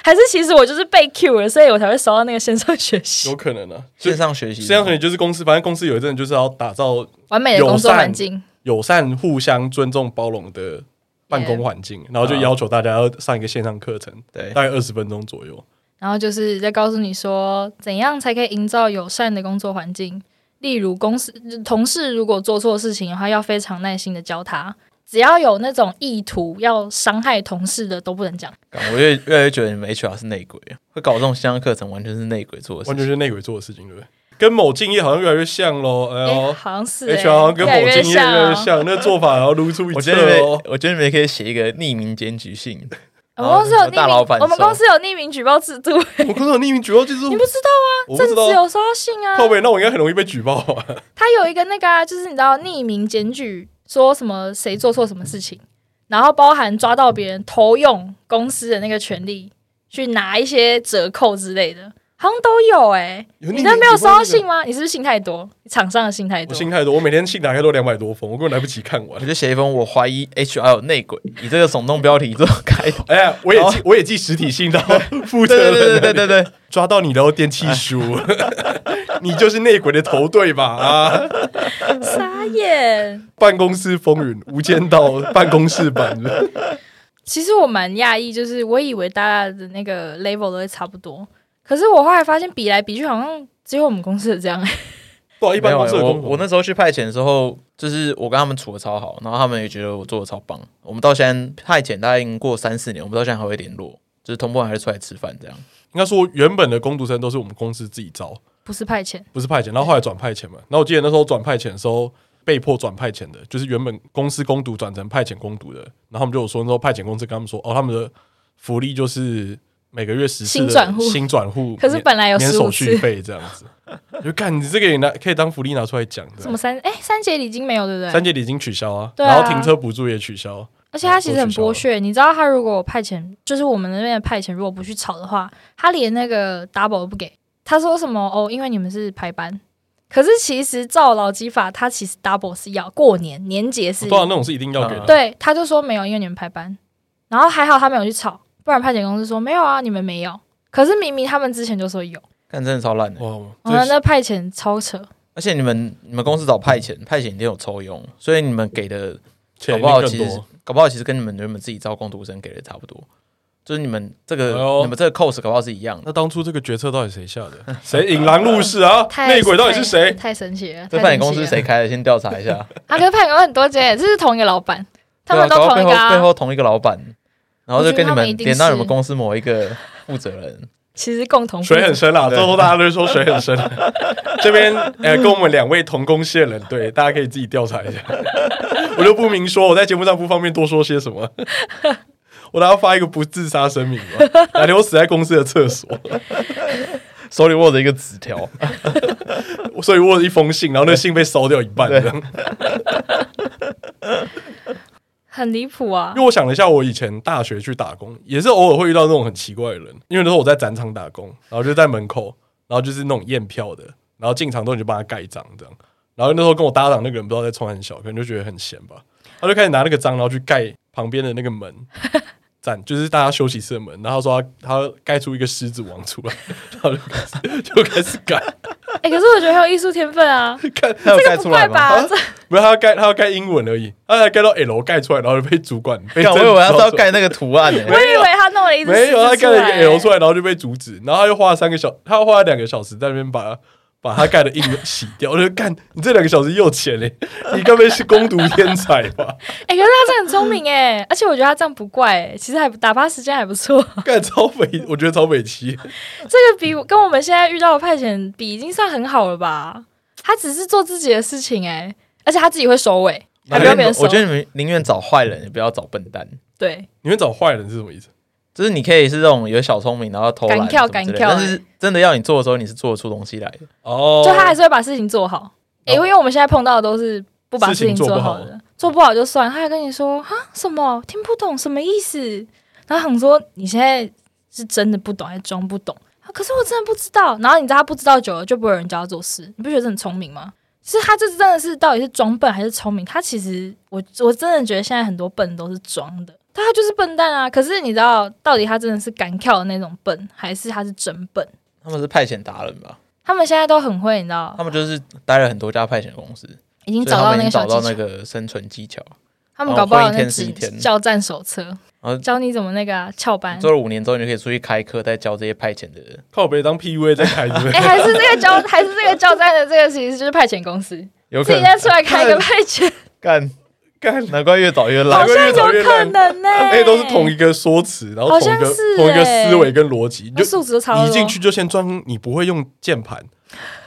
Speaker 3: 还是其实我就是被 Q 了，所以我才会收到那个线上学习
Speaker 1: 有，可能啊，就
Speaker 2: 线上学习，
Speaker 1: 这样可能就是公司，反正公司有一阵就是要打造
Speaker 3: 完美的工作环境。
Speaker 1: 友善、互相尊重、包容的办公环境，然后
Speaker 3: 嗯
Speaker 1: 就要求大家要上一个线上课程，
Speaker 2: 对
Speaker 1: 大概二十分钟左右。
Speaker 3: 然后就是在告诉你说，怎样才可以营造友善的工作环境。例如，公司同事如果做错事情的话，要非常耐心的教他。只要有那种意图要伤害同事的，都不能讲。
Speaker 2: 干我越越来越觉得你们 HR 是内鬼，会搞这种线上课程，完全是内鬼做的事
Speaker 1: 完
Speaker 2: 情
Speaker 1: 全。是内鬼做的事情，对不对？跟某敬业好像越来越像喽。哎
Speaker 3: 哎、
Speaker 1: 呦
Speaker 3: 好像是、欸，
Speaker 1: ，HR 好像跟
Speaker 3: 越来
Speaker 1: 某
Speaker 3: 越
Speaker 1: 敬业越
Speaker 3: 像
Speaker 1: 来
Speaker 3: 哦、
Speaker 1: 越像，那做法然后撸出一
Speaker 2: 我
Speaker 1: 侧
Speaker 2: 觉得你们
Speaker 1: 哦，。
Speaker 2: 我觉得你们可以写一个匿名检举信，
Speaker 3: 我们公司有
Speaker 1: 哦
Speaker 2: 大老
Speaker 3: 匿
Speaker 2: 板
Speaker 3: 名，我们
Speaker 2: 说
Speaker 3: 公司有匿名举报制度，
Speaker 1: 我工作匿名举报就是
Speaker 3: 你不知道
Speaker 1: 我不
Speaker 3: 正
Speaker 1: 知道
Speaker 3: 职有收到信啊。哎
Speaker 1: 靠背，那我应该很容易被举报啊。
Speaker 3: 他有一个那个、啊，就是你知道匿名检举，说什么谁做错什么事情，然后包含抓到别人偷用公司的那个权利去拿一些折扣之类的，好像都有哎、
Speaker 1: 有匿
Speaker 3: 你
Speaker 1: 名
Speaker 3: 那没有
Speaker 1: 举
Speaker 3: 收
Speaker 1: 报
Speaker 3: 到
Speaker 1: 那个
Speaker 3: 信吗？你是不是信太多？你厂商的信太
Speaker 1: 我
Speaker 3: 多？
Speaker 1: 信太多，我每天信打开都两百多封，我根本来不及看
Speaker 2: 我
Speaker 1: 完。
Speaker 2: 就写一封我怀疑 HR 有内鬼，以这个耸动标题做 开头。
Speaker 1: 哎呀，我也寄我也寄实体信到负责人那
Speaker 2: 对对对对
Speaker 1: 里
Speaker 2: 对对对，
Speaker 1: 抓到你喽，电器叔， 你就是内鬼的头对吧？啊，
Speaker 3: 傻眼！
Speaker 1: 办公室风云、无间 道办公室版，
Speaker 3: 其实我蛮讶异，就是我以为大家的那个 level 都会差不多，可是我后来发现比来比去，好像只有我们公司的这样、欸
Speaker 1: 不好，一般公司
Speaker 2: 没
Speaker 1: 的
Speaker 2: 有我
Speaker 1: 工
Speaker 2: 我
Speaker 1: 作
Speaker 2: 那时候去派遣的时候，就是我跟他们处的超好，然后他们也觉得我做的超棒。我们到现在派遣大概已经过三四年，我们到现在还会联络，就是通报还是出来吃饭这样。
Speaker 1: 应该说原本的工读生都是我们公司自己招，
Speaker 3: 不是派遣，
Speaker 1: 不是派遣，然后后来转派遣嘛。然后我记得那时候转派遣的时候。被迫转派遣的，就是原本公司攻读转成派遣攻读的，然后他们就有说，那时候派遣公司跟他们说，哦，他们的福利就是每个月实施的
Speaker 3: 新转户
Speaker 1: 新转户，
Speaker 3: 可是本来有
Speaker 1: 免
Speaker 3: 十
Speaker 1: 手
Speaker 3: 五
Speaker 1: 续
Speaker 3: 次，
Speaker 1: 费这样子，就看你这个也拿可以当福利拿出来讲
Speaker 3: 什么
Speaker 1: 的。
Speaker 3: 三哎、三节礼金没有对不对？
Speaker 1: 三节礼已经取消啊，
Speaker 3: 对啊
Speaker 1: 然后停车补助也取嗯消，啊
Speaker 3: 而且他其实很剥削，你知道他如果派遣，就是我们那边的派遣，如果不去吵的话，他连那个 double 都不给。他说什么哦，因为你们是排班，可是其实照劳基法，他其实 double 是要过年年节是，
Speaker 1: 对啊，那种是一定要给的。
Speaker 3: 对，他就说没有，因为你们排班。然后还好他没有去吵，不然派遣公司说没有啊，你们没有。可是明明他们之前就说有，
Speaker 2: 看真的超烂的，
Speaker 1: 哇，
Speaker 3: 我们
Speaker 1: 这
Speaker 3: 哦那派遣超扯，
Speaker 2: 而且你们你们公司找派遣，派遣一定有抽佣，所以你们给的
Speaker 1: 钱一定
Speaker 2: 搞不好
Speaker 1: 更
Speaker 2: 其实
Speaker 1: 多。
Speaker 2: 搞不好其实跟你们原本自己招工读生给的差不多，就是你们这个、
Speaker 1: 哎呦
Speaker 2: 你们这个 cost 搞不好是一样的。
Speaker 1: 那当初这个决策到底谁下的？ 谁引狼入室啊？
Speaker 3: 太
Speaker 1: 内鬼到底是谁？
Speaker 3: 太神奇了，
Speaker 2: 这
Speaker 3: 太
Speaker 2: 派遣
Speaker 3: 神奇
Speaker 2: 公司
Speaker 3: 了
Speaker 2: 谁开的？先调查一下。
Speaker 3: 啊？可是派遣公司很多间，这是同一个老板，他们
Speaker 2: 对
Speaker 3: 都
Speaker 2: 啊搞不好
Speaker 3: 同一个、
Speaker 2: 背后背
Speaker 3: 啊。
Speaker 2: 后同一个老板，然后就跟你
Speaker 3: 我觉得他们
Speaker 2: 们
Speaker 3: 一定
Speaker 2: 点到你们
Speaker 3: 是
Speaker 2: 公司某一个负责人。
Speaker 3: 其实共同负
Speaker 1: 水
Speaker 3: 责
Speaker 1: 很深啦，
Speaker 2: 对
Speaker 1: 最后大家都说水很深啦。 这边呃，跟我们两位同工线人，对，大家可以自己调查一下。 我就不明说，我在节目上不方便多说些什么。 我等下发一个不自杀声明 吧，哪天我死在公司的厕所。
Speaker 2: 手里握着一个纸条，
Speaker 1: 所以我有一封信，然后那个信被烧掉一半这样。
Speaker 3: 很离谱啊
Speaker 1: 因！为我想了一下，我以前大学去打工，也是偶尔会遇到那种很奇怪的人。因为那时候我在展场打工，然后就在门口，然后就是那种验票的，然后进场之后你就帮他盖章这样。然后那时候跟我搭档那个人不知道在冲很小，可能就觉得很闲吧，他就开始拿那个章，然后去盖旁边的那个门。站就是大家休息室的门，然后他说他他盖出一个狮子王出来，然后就开始就开始盖，
Speaker 3: 哎、可是我觉得很有艺术天 分啊，
Speaker 1: 看
Speaker 2: 他有
Speaker 3: 这
Speaker 2: 盖
Speaker 3: 个
Speaker 2: 出
Speaker 3: 不
Speaker 2: 来
Speaker 3: 快
Speaker 2: 吗？啊
Speaker 3: 吧？这
Speaker 1: 没有他要盖他要盖英文而已，他才盖到 L 盖出来，然后就被主管被
Speaker 2: 干我以为他是
Speaker 1: 征
Speaker 2: 要
Speaker 1: 召出来
Speaker 2: 盖那个图案呢、
Speaker 3: 我以为他弄了一只
Speaker 1: 没有，他
Speaker 3: 狮子
Speaker 1: 盖了一个 L 出
Speaker 3: 来，欸
Speaker 1: 来，然后就被阻止，然后他又花了三个小，他又花了两个小时在那边把把他盖的印洗掉。我 就干，你这两个小时又浅嘞，你该不会是攻读天才吧？
Speaker 3: 哎、可是他真的很聪明哎，而且我觉得他这样不怪哎，其实还打发时间还不错。
Speaker 1: 干超北，我觉得超北齐。
Speaker 3: 这个比我跟我们现在遇到的派遣比，已经算很好了吧？他只是做自己的事情哎，而且他自己会收尾， 还
Speaker 2: 我
Speaker 3: 不
Speaker 2: 觉
Speaker 3: 要别
Speaker 2: 得
Speaker 3: 人
Speaker 2: 我
Speaker 3: 收
Speaker 2: 觉。得你们宁愿找坏人，也不要找笨蛋。
Speaker 3: 对，
Speaker 1: 你们找坏人是什么意思？
Speaker 2: 就是你可以是这种有小聪明，然后偷懒
Speaker 3: 敢跳
Speaker 2: 什么之类的
Speaker 3: 敢跳哎
Speaker 2: 但是真的要你做的时候，你是做得出东西来的。
Speaker 1: 哦
Speaker 3: 就他还是会把事情做好。哎、因为我们现在碰到的都是不把事情做好
Speaker 1: 事情
Speaker 3: 的，做不好就算，他还跟你说哈什么听不懂什么意思，然后想说你现在是真的不懂还是装不懂？啊可是我真的不知道。然后你知道他不知道久了就不会有人教他做事，你不觉得这很聪明吗？其实他这真的是到底是装笨还是聪明？他其实我我真的觉得现在很多笨都是装的，但他就是笨蛋啊。可是你知道到底他真的是敢跳的那种笨，还是他是真笨？
Speaker 2: 他们是派遣达人吧？
Speaker 3: 他们现在都很会，你知道
Speaker 2: 他，们就是待了很多家派遣公司，
Speaker 3: 已经
Speaker 2: 所以
Speaker 3: 找
Speaker 2: 他
Speaker 3: 到
Speaker 2: 们
Speaker 3: 那
Speaker 2: 已经
Speaker 3: 个小
Speaker 2: 找
Speaker 3: 技巧
Speaker 2: 到。那个生存技巧。
Speaker 3: 他们搞不好有那
Speaker 2: 然后混一天是一
Speaker 3: 只
Speaker 2: 天
Speaker 3: 教战手册
Speaker 2: 然后，
Speaker 3: 教你怎么那个啊翘班。
Speaker 2: 做了五年之后，你就可以出去开课，再教这些派遣的人。
Speaker 1: 靠北当 PUA 在开，对不 对？
Speaker 3: 哎、还是这个教，还是这个教战的这个，其实就是派遣公司
Speaker 2: 有
Speaker 3: 自
Speaker 2: 可
Speaker 3: 己再
Speaker 2: 能
Speaker 3: 出来开一个派 遣，
Speaker 2: 干
Speaker 1: 干，
Speaker 2: 难怪越早越
Speaker 1: 好
Speaker 2: 烂
Speaker 3: 好。
Speaker 1: 像
Speaker 3: 像
Speaker 1: 越找越
Speaker 3: 有 可能欸呢、
Speaker 1: 哎，都是同一个说辞，然后
Speaker 3: 好
Speaker 1: 同
Speaker 3: 像
Speaker 1: 一个
Speaker 3: 是
Speaker 1: 同一个
Speaker 3: 欸
Speaker 1: 思维跟逻辑，你
Speaker 3: 那
Speaker 1: 就
Speaker 3: 素质都差不
Speaker 1: 你
Speaker 3: 多。
Speaker 1: 一进去就先装你不会用键盘，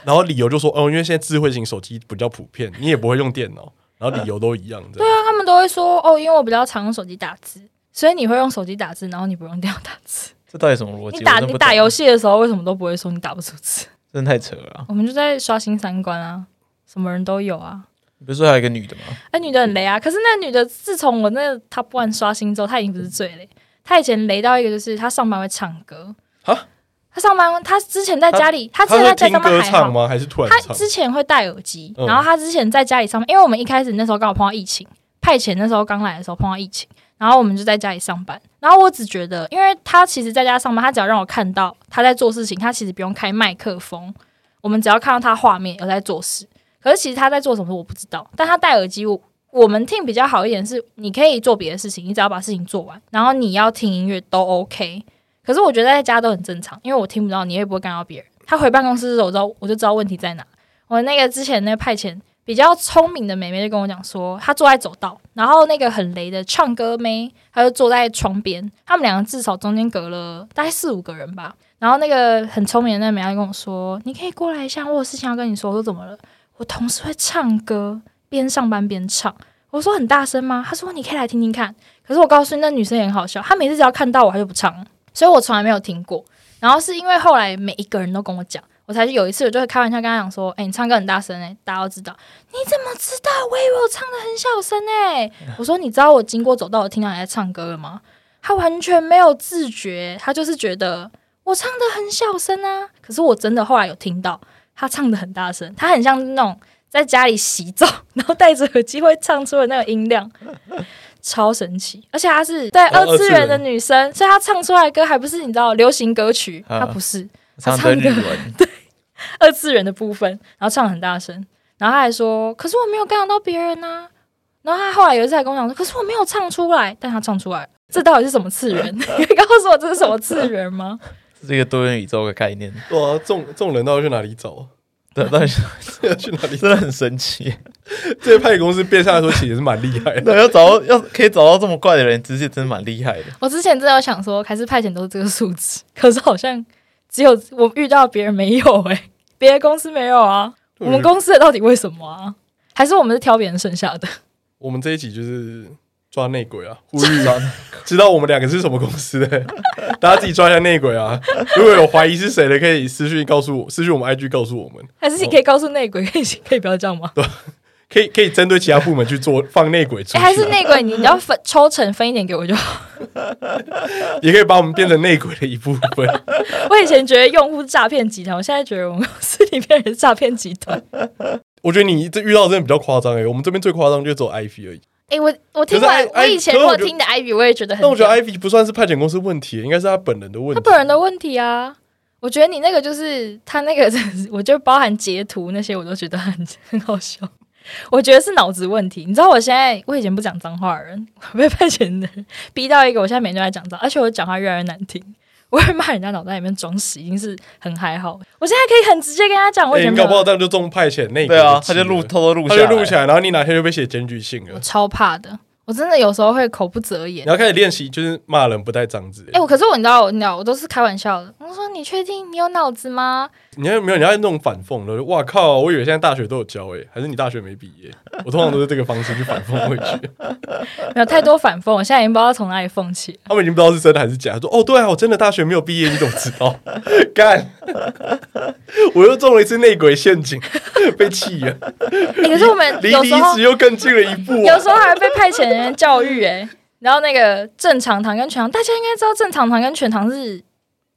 Speaker 1: 然后理由就说哦，因为现在智慧型手机比较普遍，你也不会用电脑，然后理由都一样的。对啊，
Speaker 3: 他们都会说哦，因为我比较常用手机打字，所以你会用手机打字，然后你不用电脑打字。
Speaker 2: 这到底什么逻辑？
Speaker 3: 你打
Speaker 2: 我真
Speaker 3: 你
Speaker 2: 不
Speaker 3: 打
Speaker 2: 懂
Speaker 3: 游戏的时候，为什么都不会说你打不出字？
Speaker 2: 真的太扯了啊、
Speaker 3: 我们就在刷新三观啊，什么人都有啊。
Speaker 2: 你不是说还有一个女的吗？
Speaker 3: 那女的很雷啊，可是那女的自从我那 Top One 刷新之后，她已经不是最雷，她以前雷到一个就是她上班会唱歌
Speaker 1: 啊，
Speaker 3: 她上班她之前在家里，她之
Speaker 1: 他
Speaker 3: 前
Speaker 1: 是
Speaker 3: 在家
Speaker 1: 听
Speaker 3: 上
Speaker 1: 歌
Speaker 3: 班还
Speaker 1: 唱
Speaker 3: 好，
Speaker 1: 吗？还是突然
Speaker 3: 她
Speaker 1: 唱？
Speaker 3: 之前会戴耳机，
Speaker 1: 嗯
Speaker 3: 然后她之前在家里上班，因为我们一开始那时候刚好碰到疫情，派遣那时候刚来的时候碰到疫情，然后我们就在家里上班，然后我只觉得，因为她其实在家上班，她只要让我看到她在做事情，她其实不用开麦克风，我们只要看到他画面有在做事，可是其实他在做什么我不知道。但他戴耳机，我我们听比较好一点是，你可以做别的事情，你只要把事情做完，然后你要听音乐都 OK。可是我觉得在家都很正常，因为我听不到，你也不会干扰别人。他回办公室的时候，我知道我就知道问题在哪。我那个之前那个派遣比较聪明的妹妹就跟我讲说，她坐在走道，然后那个很雷的唱歌妹，她就坐在窗边，他们两个至少中间隔了大概四五个人吧。然后那个很聪明的那美亚跟我说：“你可以过来一下，我有事情要跟你说。”我说：“怎么了？”我同事会唱歌，边上班边唱。我说：“很大声吗？”他说：“你可以来听听看。”可是我告诉你，那女生也很好笑，她每次只要看到我，她就不唱了，所以我从来没有听过。然后是因为后来每一个人都跟我讲，我才有一次我就会开玩笑跟他讲说：“哎、你唱歌很大声哎、大家都知道。”你怎么知道？我以为我唱的很小声哎、我说：“你知道我经过走道，我听到你在唱歌了吗？”他完全没有自觉，他就是觉得我唱的很小声啊，可是我真的后来有听到他唱的很大声，他很像那种在家里洗澡，然后戴着耳机会唱出的那个音量，超神奇。而且她是对
Speaker 1: 哦
Speaker 3: 二
Speaker 1: 二次
Speaker 3: 次元的
Speaker 1: 元
Speaker 3: 女生，所以她唱出来的歌还不是你知道流行歌曲，
Speaker 2: 啊
Speaker 3: 她不是
Speaker 2: 唱
Speaker 3: 唱
Speaker 2: 对
Speaker 3: 歌
Speaker 2: 日文，
Speaker 3: 二次元的部分，然后唱得很大声，然后她还说：“可是我没有干扰到别人呐、然后她后来有一次还跟我讲说：“可是我没有唱出来。”但她唱出来了，这到底是什么次 元？你告诉我这是什么次元吗？
Speaker 2: 这是一个多元宇宙的概念，
Speaker 1: 对啊，这种这种人到底去哪里找 啊？
Speaker 2: 对，但是
Speaker 1: 要去哪里？
Speaker 2: 真的很神奇。
Speaker 1: 这些派遣公司变相来说，其实也是蛮厉害的。
Speaker 2: 对，要找到要可以找到这么怪的人，其实真的蛮厉害的。
Speaker 3: 我之前真的有想说，还是派遣都是这个数值，可是好像只有我遇到别人没有哎、别的公司没有啊。我们公司的到底为什么啊？还是我们是挑别人剩下的？
Speaker 1: 我们这一集就是抓内鬼啊，呼吁啊， 知道我们两个是什么公司的，大家自己抓一下内鬼啊。如果有怀疑是谁的，可以私讯告诉我，私讯我们 IG 告诉我们，
Speaker 3: 还是你可以告诉内鬼，可以可以不要这样吗？
Speaker 1: 可以可以针对其他部门去做放内鬼出去、
Speaker 3: 哎、还是内鬼，你你要分抽成分一点给我就好。
Speaker 1: 啊也可以把我们变成内鬼的一部分。
Speaker 3: 我以前觉得用户是诈骗集团，我现在觉得我们公司里面人是诈骗集团。
Speaker 1: 我觉得你这遇到真的比较夸张哎，我们这边最夸张就走 IV 而已。
Speaker 3: 哎、我我听
Speaker 1: 可是
Speaker 3: 完
Speaker 1: 哎
Speaker 3: 我
Speaker 1: 哎
Speaker 3: 以前
Speaker 1: 可是我
Speaker 3: 我
Speaker 1: 觉得
Speaker 3: 听的 Ivy，我也觉得很屌。
Speaker 1: 但我觉得 IV 不算是派遣公司问题，应该是他本人的问
Speaker 3: 他
Speaker 1: 题。
Speaker 3: 本人的问题啊。我觉得你那个就是他那个真 的是，我觉得包含截图那些，我都觉得很很好笑。我觉得是脑子问题。你知道我现在我以前不讲脏话的人，我被派遣的人逼到一个，我现在每天都在讲脏，而且我讲话越来越难听。我会骂人家脑袋里面装屎，已经是很还好。我现在可以很直接跟他讲，我以
Speaker 1: 哎，
Speaker 3: 前
Speaker 1: 你
Speaker 3: 没
Speaker 1: 搞
Speaker 3: 有
Speaker 1: 不好这样就中派遣那
Speaker 2: 对啊，他就录偷偷录
Speaker 1: 他
Speaker 2: 下
Speaker 1: 就
Speaker 2: 来，
Speaker 1: 录起来，然后你哪天就被写检举信
Speaker 3: 我
Speaker 1: 了。
Speaker 3: 超怕的，我真的有时候会口不择言
Speaker 1: 你。要开始练习，就是骂人不带脏字。
Speaker 3: 哎、我可是我你知道，我你知道，我都是开玩笑的。我说你确定你有脑子吗？
Speaker 1: 你要没有，你要那种反讽的，哇靠！我以为现在大学都有教欸诶，还是你大学没毕业？我通常都是这个方式去反讽回 去。
Speaker 3: 没有太多反讽，我现在已经不知道从哪里讽起。
Speaker 1: 他们已经不知道是真的还是假。说哦，对啊，我真的大学没有毕业，你怎么知 道？干，我又中了一次内鬼陷阱， 被气了，
Speaker 3: 哎、 可是我们
Speaker 1: 离
Speaker 3: 有
Speaker 1: 离
Speaker 3: 时候
Speaker 1: 职又更近了一步、
Speaker 3: 有
Speaker 1: 啊。
Speaker 3: 时候还被派遣人员教育哎、然后那个正常堂跟全堂，大家应该知道正常堂跟全堂是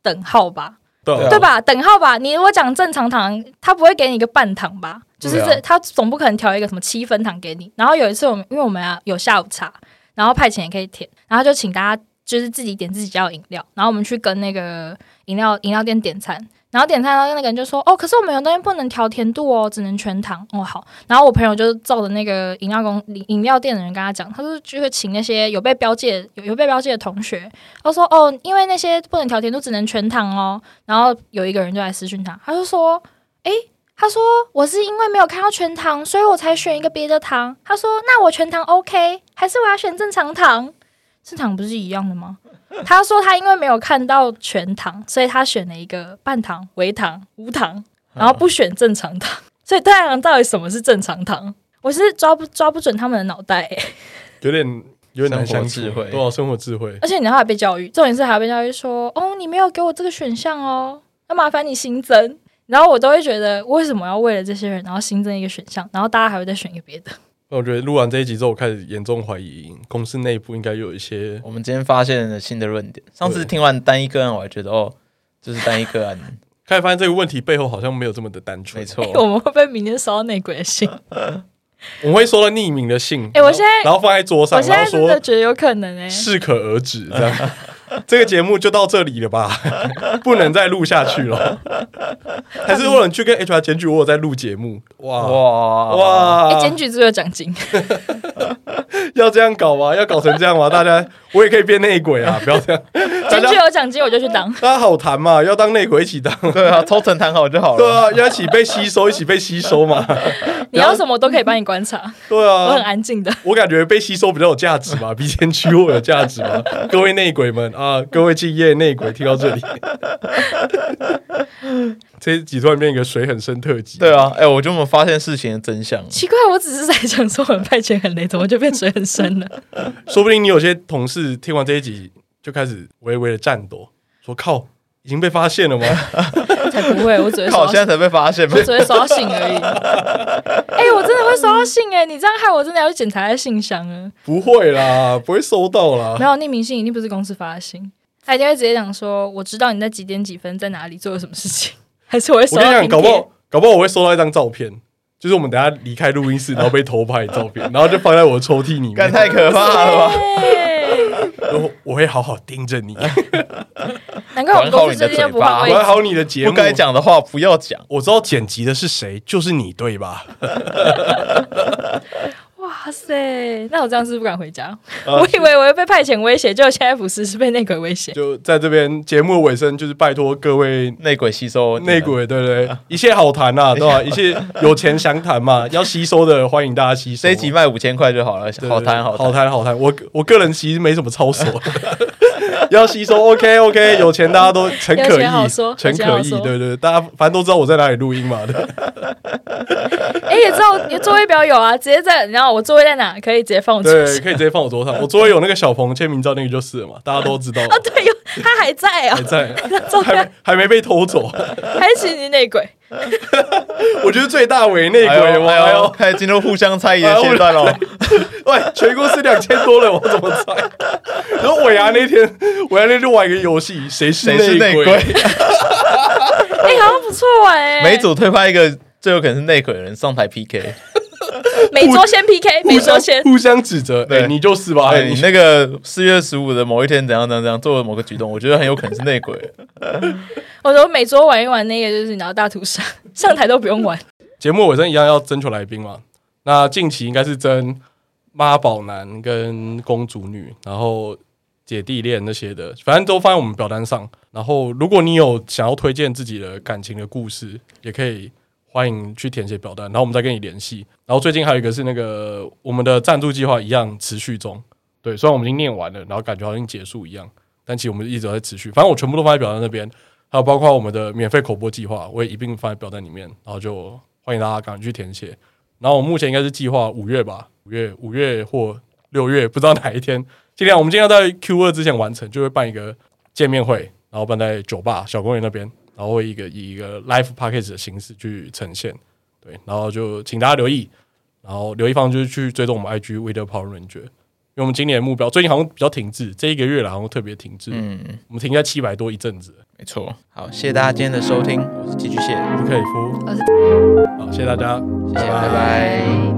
Speaker 3: 等号吧？
Speaker 1: 对
Speaker 2: 对
Speaker 1: 啊
Speaker 3: 对吧？等号吧？你如果讲正常堂，他不会给你一个半堂吧？就是
Speaker 2: 对
Speaker 3: 这，
Speaker 2: 啊
Speaker 3: 他总不可能调一个什么七分堂给你。然后有一次我们，因为我们啊有下午茶，然后派遣也可以填，然后就请大家就是自己点自己要的饮料，然后我们去跟那个饮料饮料店点餐。然后点餐，然后那个人就说：“哦，可是我们有东西不能调甜度哦，只能全糖哦。”好，然后我朋友就照着那个饮料公饮饮料店的人跟他讲，他说就会请那些有被标记的有有被标记的同学，他说：“哦，因为那些不能调甜度，只能全糖哦。”然后有一个人就来私讯他，他就说：“诶，他说我是因为没有看到全糖，所以我才选一个别的糖。”他说：“那我全糖 OK，还是我要选正常糖？正常不是一样的吗？”他说他因为没有看到全糖，所以他选了一个半糖、微糖、无糖，然后不选正常糖。所以太阳到底什么是正常糖？我是抓不抓不准他们的脑袋、欸
Speaker 1: 有点有点难相处
Speaker 2: 生活智慧
Speaker 1: 对啊，生活智慧。
Speaker 3: 而且你还要被教育，重点是还要被教育说，哦，你没有给我这个选项哦，那麻烦你新增。然后我都会觉得，为什么要为了这些人，然后新增一个选项，然后大家还会再选一个别的？
Speaker 1: 那我觉得录完这一集之后，我开始严重怀疑公司内部应该有一些
Speaker 2: 我们今天发现了新的论点。上次听完单一个案，我还觉得哦，这是单一个案，
Speaker 1: 开始发现这个问题背后好像没有这么的单纯。
Speaker 2: 没，错。
Speaker 3: 我们会不会明天收到内鬼的信？
Speaker 1: 我们会收到匿名的信，
Speaker 3: 哎我现在
Speaker 1: 嗯然后放在桌上，
Speaker 3: 我现
Speaker 1: 然后
Speaker 3: 在真的
Speaker 1: 说
Speaker 3: 觉得有可能哎、
Speaker 1: 适可而止这样。这个节目就到这里了吧， 不能再录下去了。还是有人去跟 HR 检举我有在录节目？哇
Speaker 2: 哇哇！
Speaker 3: 哎、检
Speaker 1: 哇！
Speaker 3: 举是不是有 奖金？
Speaker 1: 要这样搞吗？要搞成这样吗？大家，我也可以变内鬼啊！不要这样，大
Speaker 3: 检
Speaker 1: 家
Speaker 3: 举有奖金我就去当。
Speaker 1: 大家好谈嘛，要当内鬼一起当，
Speaker 2: 对啊，抽成谈好就好
Speaker 1: 对
Speaker 2: 了。
Speaker 1: 啊，要一起被吸收，一起被吸收嘛，
Speaker 3: 你要什么我都可以帮你观察，
Speaker 1: 对
Speaker 3: 我很
Speaker 1: 啊。
Speaker 3: 安静的。
Speaker 1: 我感觉被吸收比较有价值吧， 比前驱我有价值吧。各位内鬼们啊，各位敬业内鬼，听到 这里，这一集突然变一个水很深特辑。
Speaker 2: 对啊，哎，我就没有发现事情的真相。
Speaker 3: 奇怪，我只是在讲说我们派遣很累，怎么就变水很 深了？
Speaker 1: 说不定你有些同事听完这一集就开始微微的颤抖，说：“靠，已经被发现 了吗
Speaker 3: 才不会，我只会
Speaker 2: 靠，
Speaker 3: 说
Speaker 2: 现在才被发现吗
Speaker 3: 我？只会收到 信而已。哎、我真的会收到信哎、你这样害我真的要去检查一下信箱了。？”
Speaker 1: 不会啦，不会收到啦
Speaker 3: 没。有匿名信，一定不是公司发的信，他一定会直接讲说：“我知道你在几点几分在哪里做了什么事情。”还是我会收
Speaker 1: 我跟
Speaker 3: 到
Speaker 1: 你讲，搞不
Speaker 3: 拼贴。
Speaker 1: 好，搞不好我会收到一张照片，就是我们等一下离开录音室，然后被偷拍的照片，然后就放在我的抽屉里
Speaker 2: 干
Speaker 1: 面。
Speaker 2: 太可
Speaker 1: 啊
Speaker 2: 怕了 吧！
Speaker 3: 哎
Speaker 1: 然后我会好好盯着 你，
Speaker 3: 难怪我们公司最近就不换
Speaker 1: 我
Speaker 3: 位
Speaker 1: 要
Speaker 3: 置。
Speaker 1: 好你的节
Speaker 2: 不
Speaker 1: 目。
Speaker 2: 该讲的话不要讲。
Speaker 1: 我知道剪辑的是谁，就是你对 吧？
Speaker 3: 哇塞，那我这样是不是不敢回
Speaker 1: 啊
Speaker 3: 家。我以为我会被派遣威胁，结果现在不是，是被内鬼威胁。
Speaker 1: 就在这边节目的尾声，就是拜托各位
Speaker 2: 内鬼吸收
Speaker 1: 内，鬼，对不对？一切好谈 呐、啊，对吧？一切有钱详谈嘛，要吸收的欢迎大家吸收。
Speaker 2: 这一集卖五千块就好了，
Speaker 1: 对
Speaker 2: 好谈好
Speaker 1: 好
Speaker 2: 谈。
Speaker 1: 谈好谈，我我个人其实没什么 操守， 要吸收 OK OK，有钱大家都诚
Speaker 3: 有
Speaker 1: 可
Speaker 3: 钱好
Speaker 1: 意
Speaker 3: 说，
Speaker 1: 诚
Speaker 3: 有钱
Speaker 1: 可
Speaker 3: 好
Speaker 1: 意，
Speaker 3: 说
Speaker 1: 对对，大家反正都知道我在哪里录音 嘛，对
Speaker 3: 哎、也知道也座位表有啊，直接在，然后我座位在哪，可以直接放我桌
Speaker 1: 对，
Speaker 3: 上。
Speaker 1: 可以直接放我桌上，我桌有那个小鹏签名照那个就是了嘛，大家都知道
Speaker 3: 哦，对，有他还在哦
Speaker 1: 还，在，
Speaker 3: 照片
Speaker 1: 哎还还没被偷走，
Speaker 3: 还请你内鬼。
Speaker 1: 我觉得最大为内
Speaker 2: 哎
Speaker 1: 鬼，
Speaker 2: 呦
Speaker 1: 我
Speaker 2: 哎
Speaker 1: 哎
Speaker 2: 呦，
Speaker 1: 呦，
Speaker 2: 开始进入互相猜疑的阶段 了。
Speaker 1: 喂，全公司两千多人，我怎么猜？然后尾牙那 天，尾牙那天玩一个游戏，谁是
Speaker 2: 谁是内鬼？
Speaker 3: 哎、好像不错哎、
Speaker 2: 每组推派一个最有可能是内鬼的人上台 PK。
Speaker 3: 每周先 PK，每
Speaker 1: 互
Speaker 3: 周
Speaker 1: 相
Speaker 3: 先。
Speaker 1: 互相指责，
Speaker 2: 对
Speaker 1: 哎，你就是吧，
Speaker 2: 哎，
Speaker 1: 哎，
Speaker 2: 你
Speaker 1: 你
Speaker 2: 那个四月十五的某一天怎样怎样怎样做了某个举动，我觉得很有可能是内鬼。
Speaker 3: 我说每周玩一玩那个，就是你拿大屠杀，上台都不用玩。
Speaker 1: 节目尾声一样要征求来宾嘛？那近期应该是征妈宝男跟公主女，然后姐弟恋那些的，反正都放在我们表单上。然后，如果你有想要推荐自己的感情的故事，也可以欢迎去填写表单，然后我们再跟你联系。然后最近还有一个是那个我们的赞助计划一样持续中，对，虽然我们已经念完了，然后感觉好像已经结束一样，但其实我们一直都在持续。反正我全部都放在表单那边，还有包括我们的免费口播计划，我也一并放在表单里面。然后就欢迎大家赶快去填写。然后我目前应该是计划五月吧，五月五月或六月，不知道哪一天，尽量我们尽量在 Q 二之前完成，就会办一个见面会，然后办在酒吧小公园那边，然后会一个以一个 live package 的形式去呈现，对，然后就请大家留意，然后留意方就是去追踪我们 IG w i t h e Power Ranger，因为我们今年的目标最近好像比较停滞，这一个月了好像特别停滞，
Speaker 2: 嗯，
Speaker 1: 我们停在七百多一阵子，
Speaker 2: 没错。好，谢谢大家今天的收听，我是寄居蟹，
Speaker 1: 不可以敷
Speaker 3: 我是，
Speaker 1: 好，谢谢大家。
Speaker 2: 谢谢，
Speaker 1: 拜拜
Speaker 2: 拜拜
Speaker 3: 拜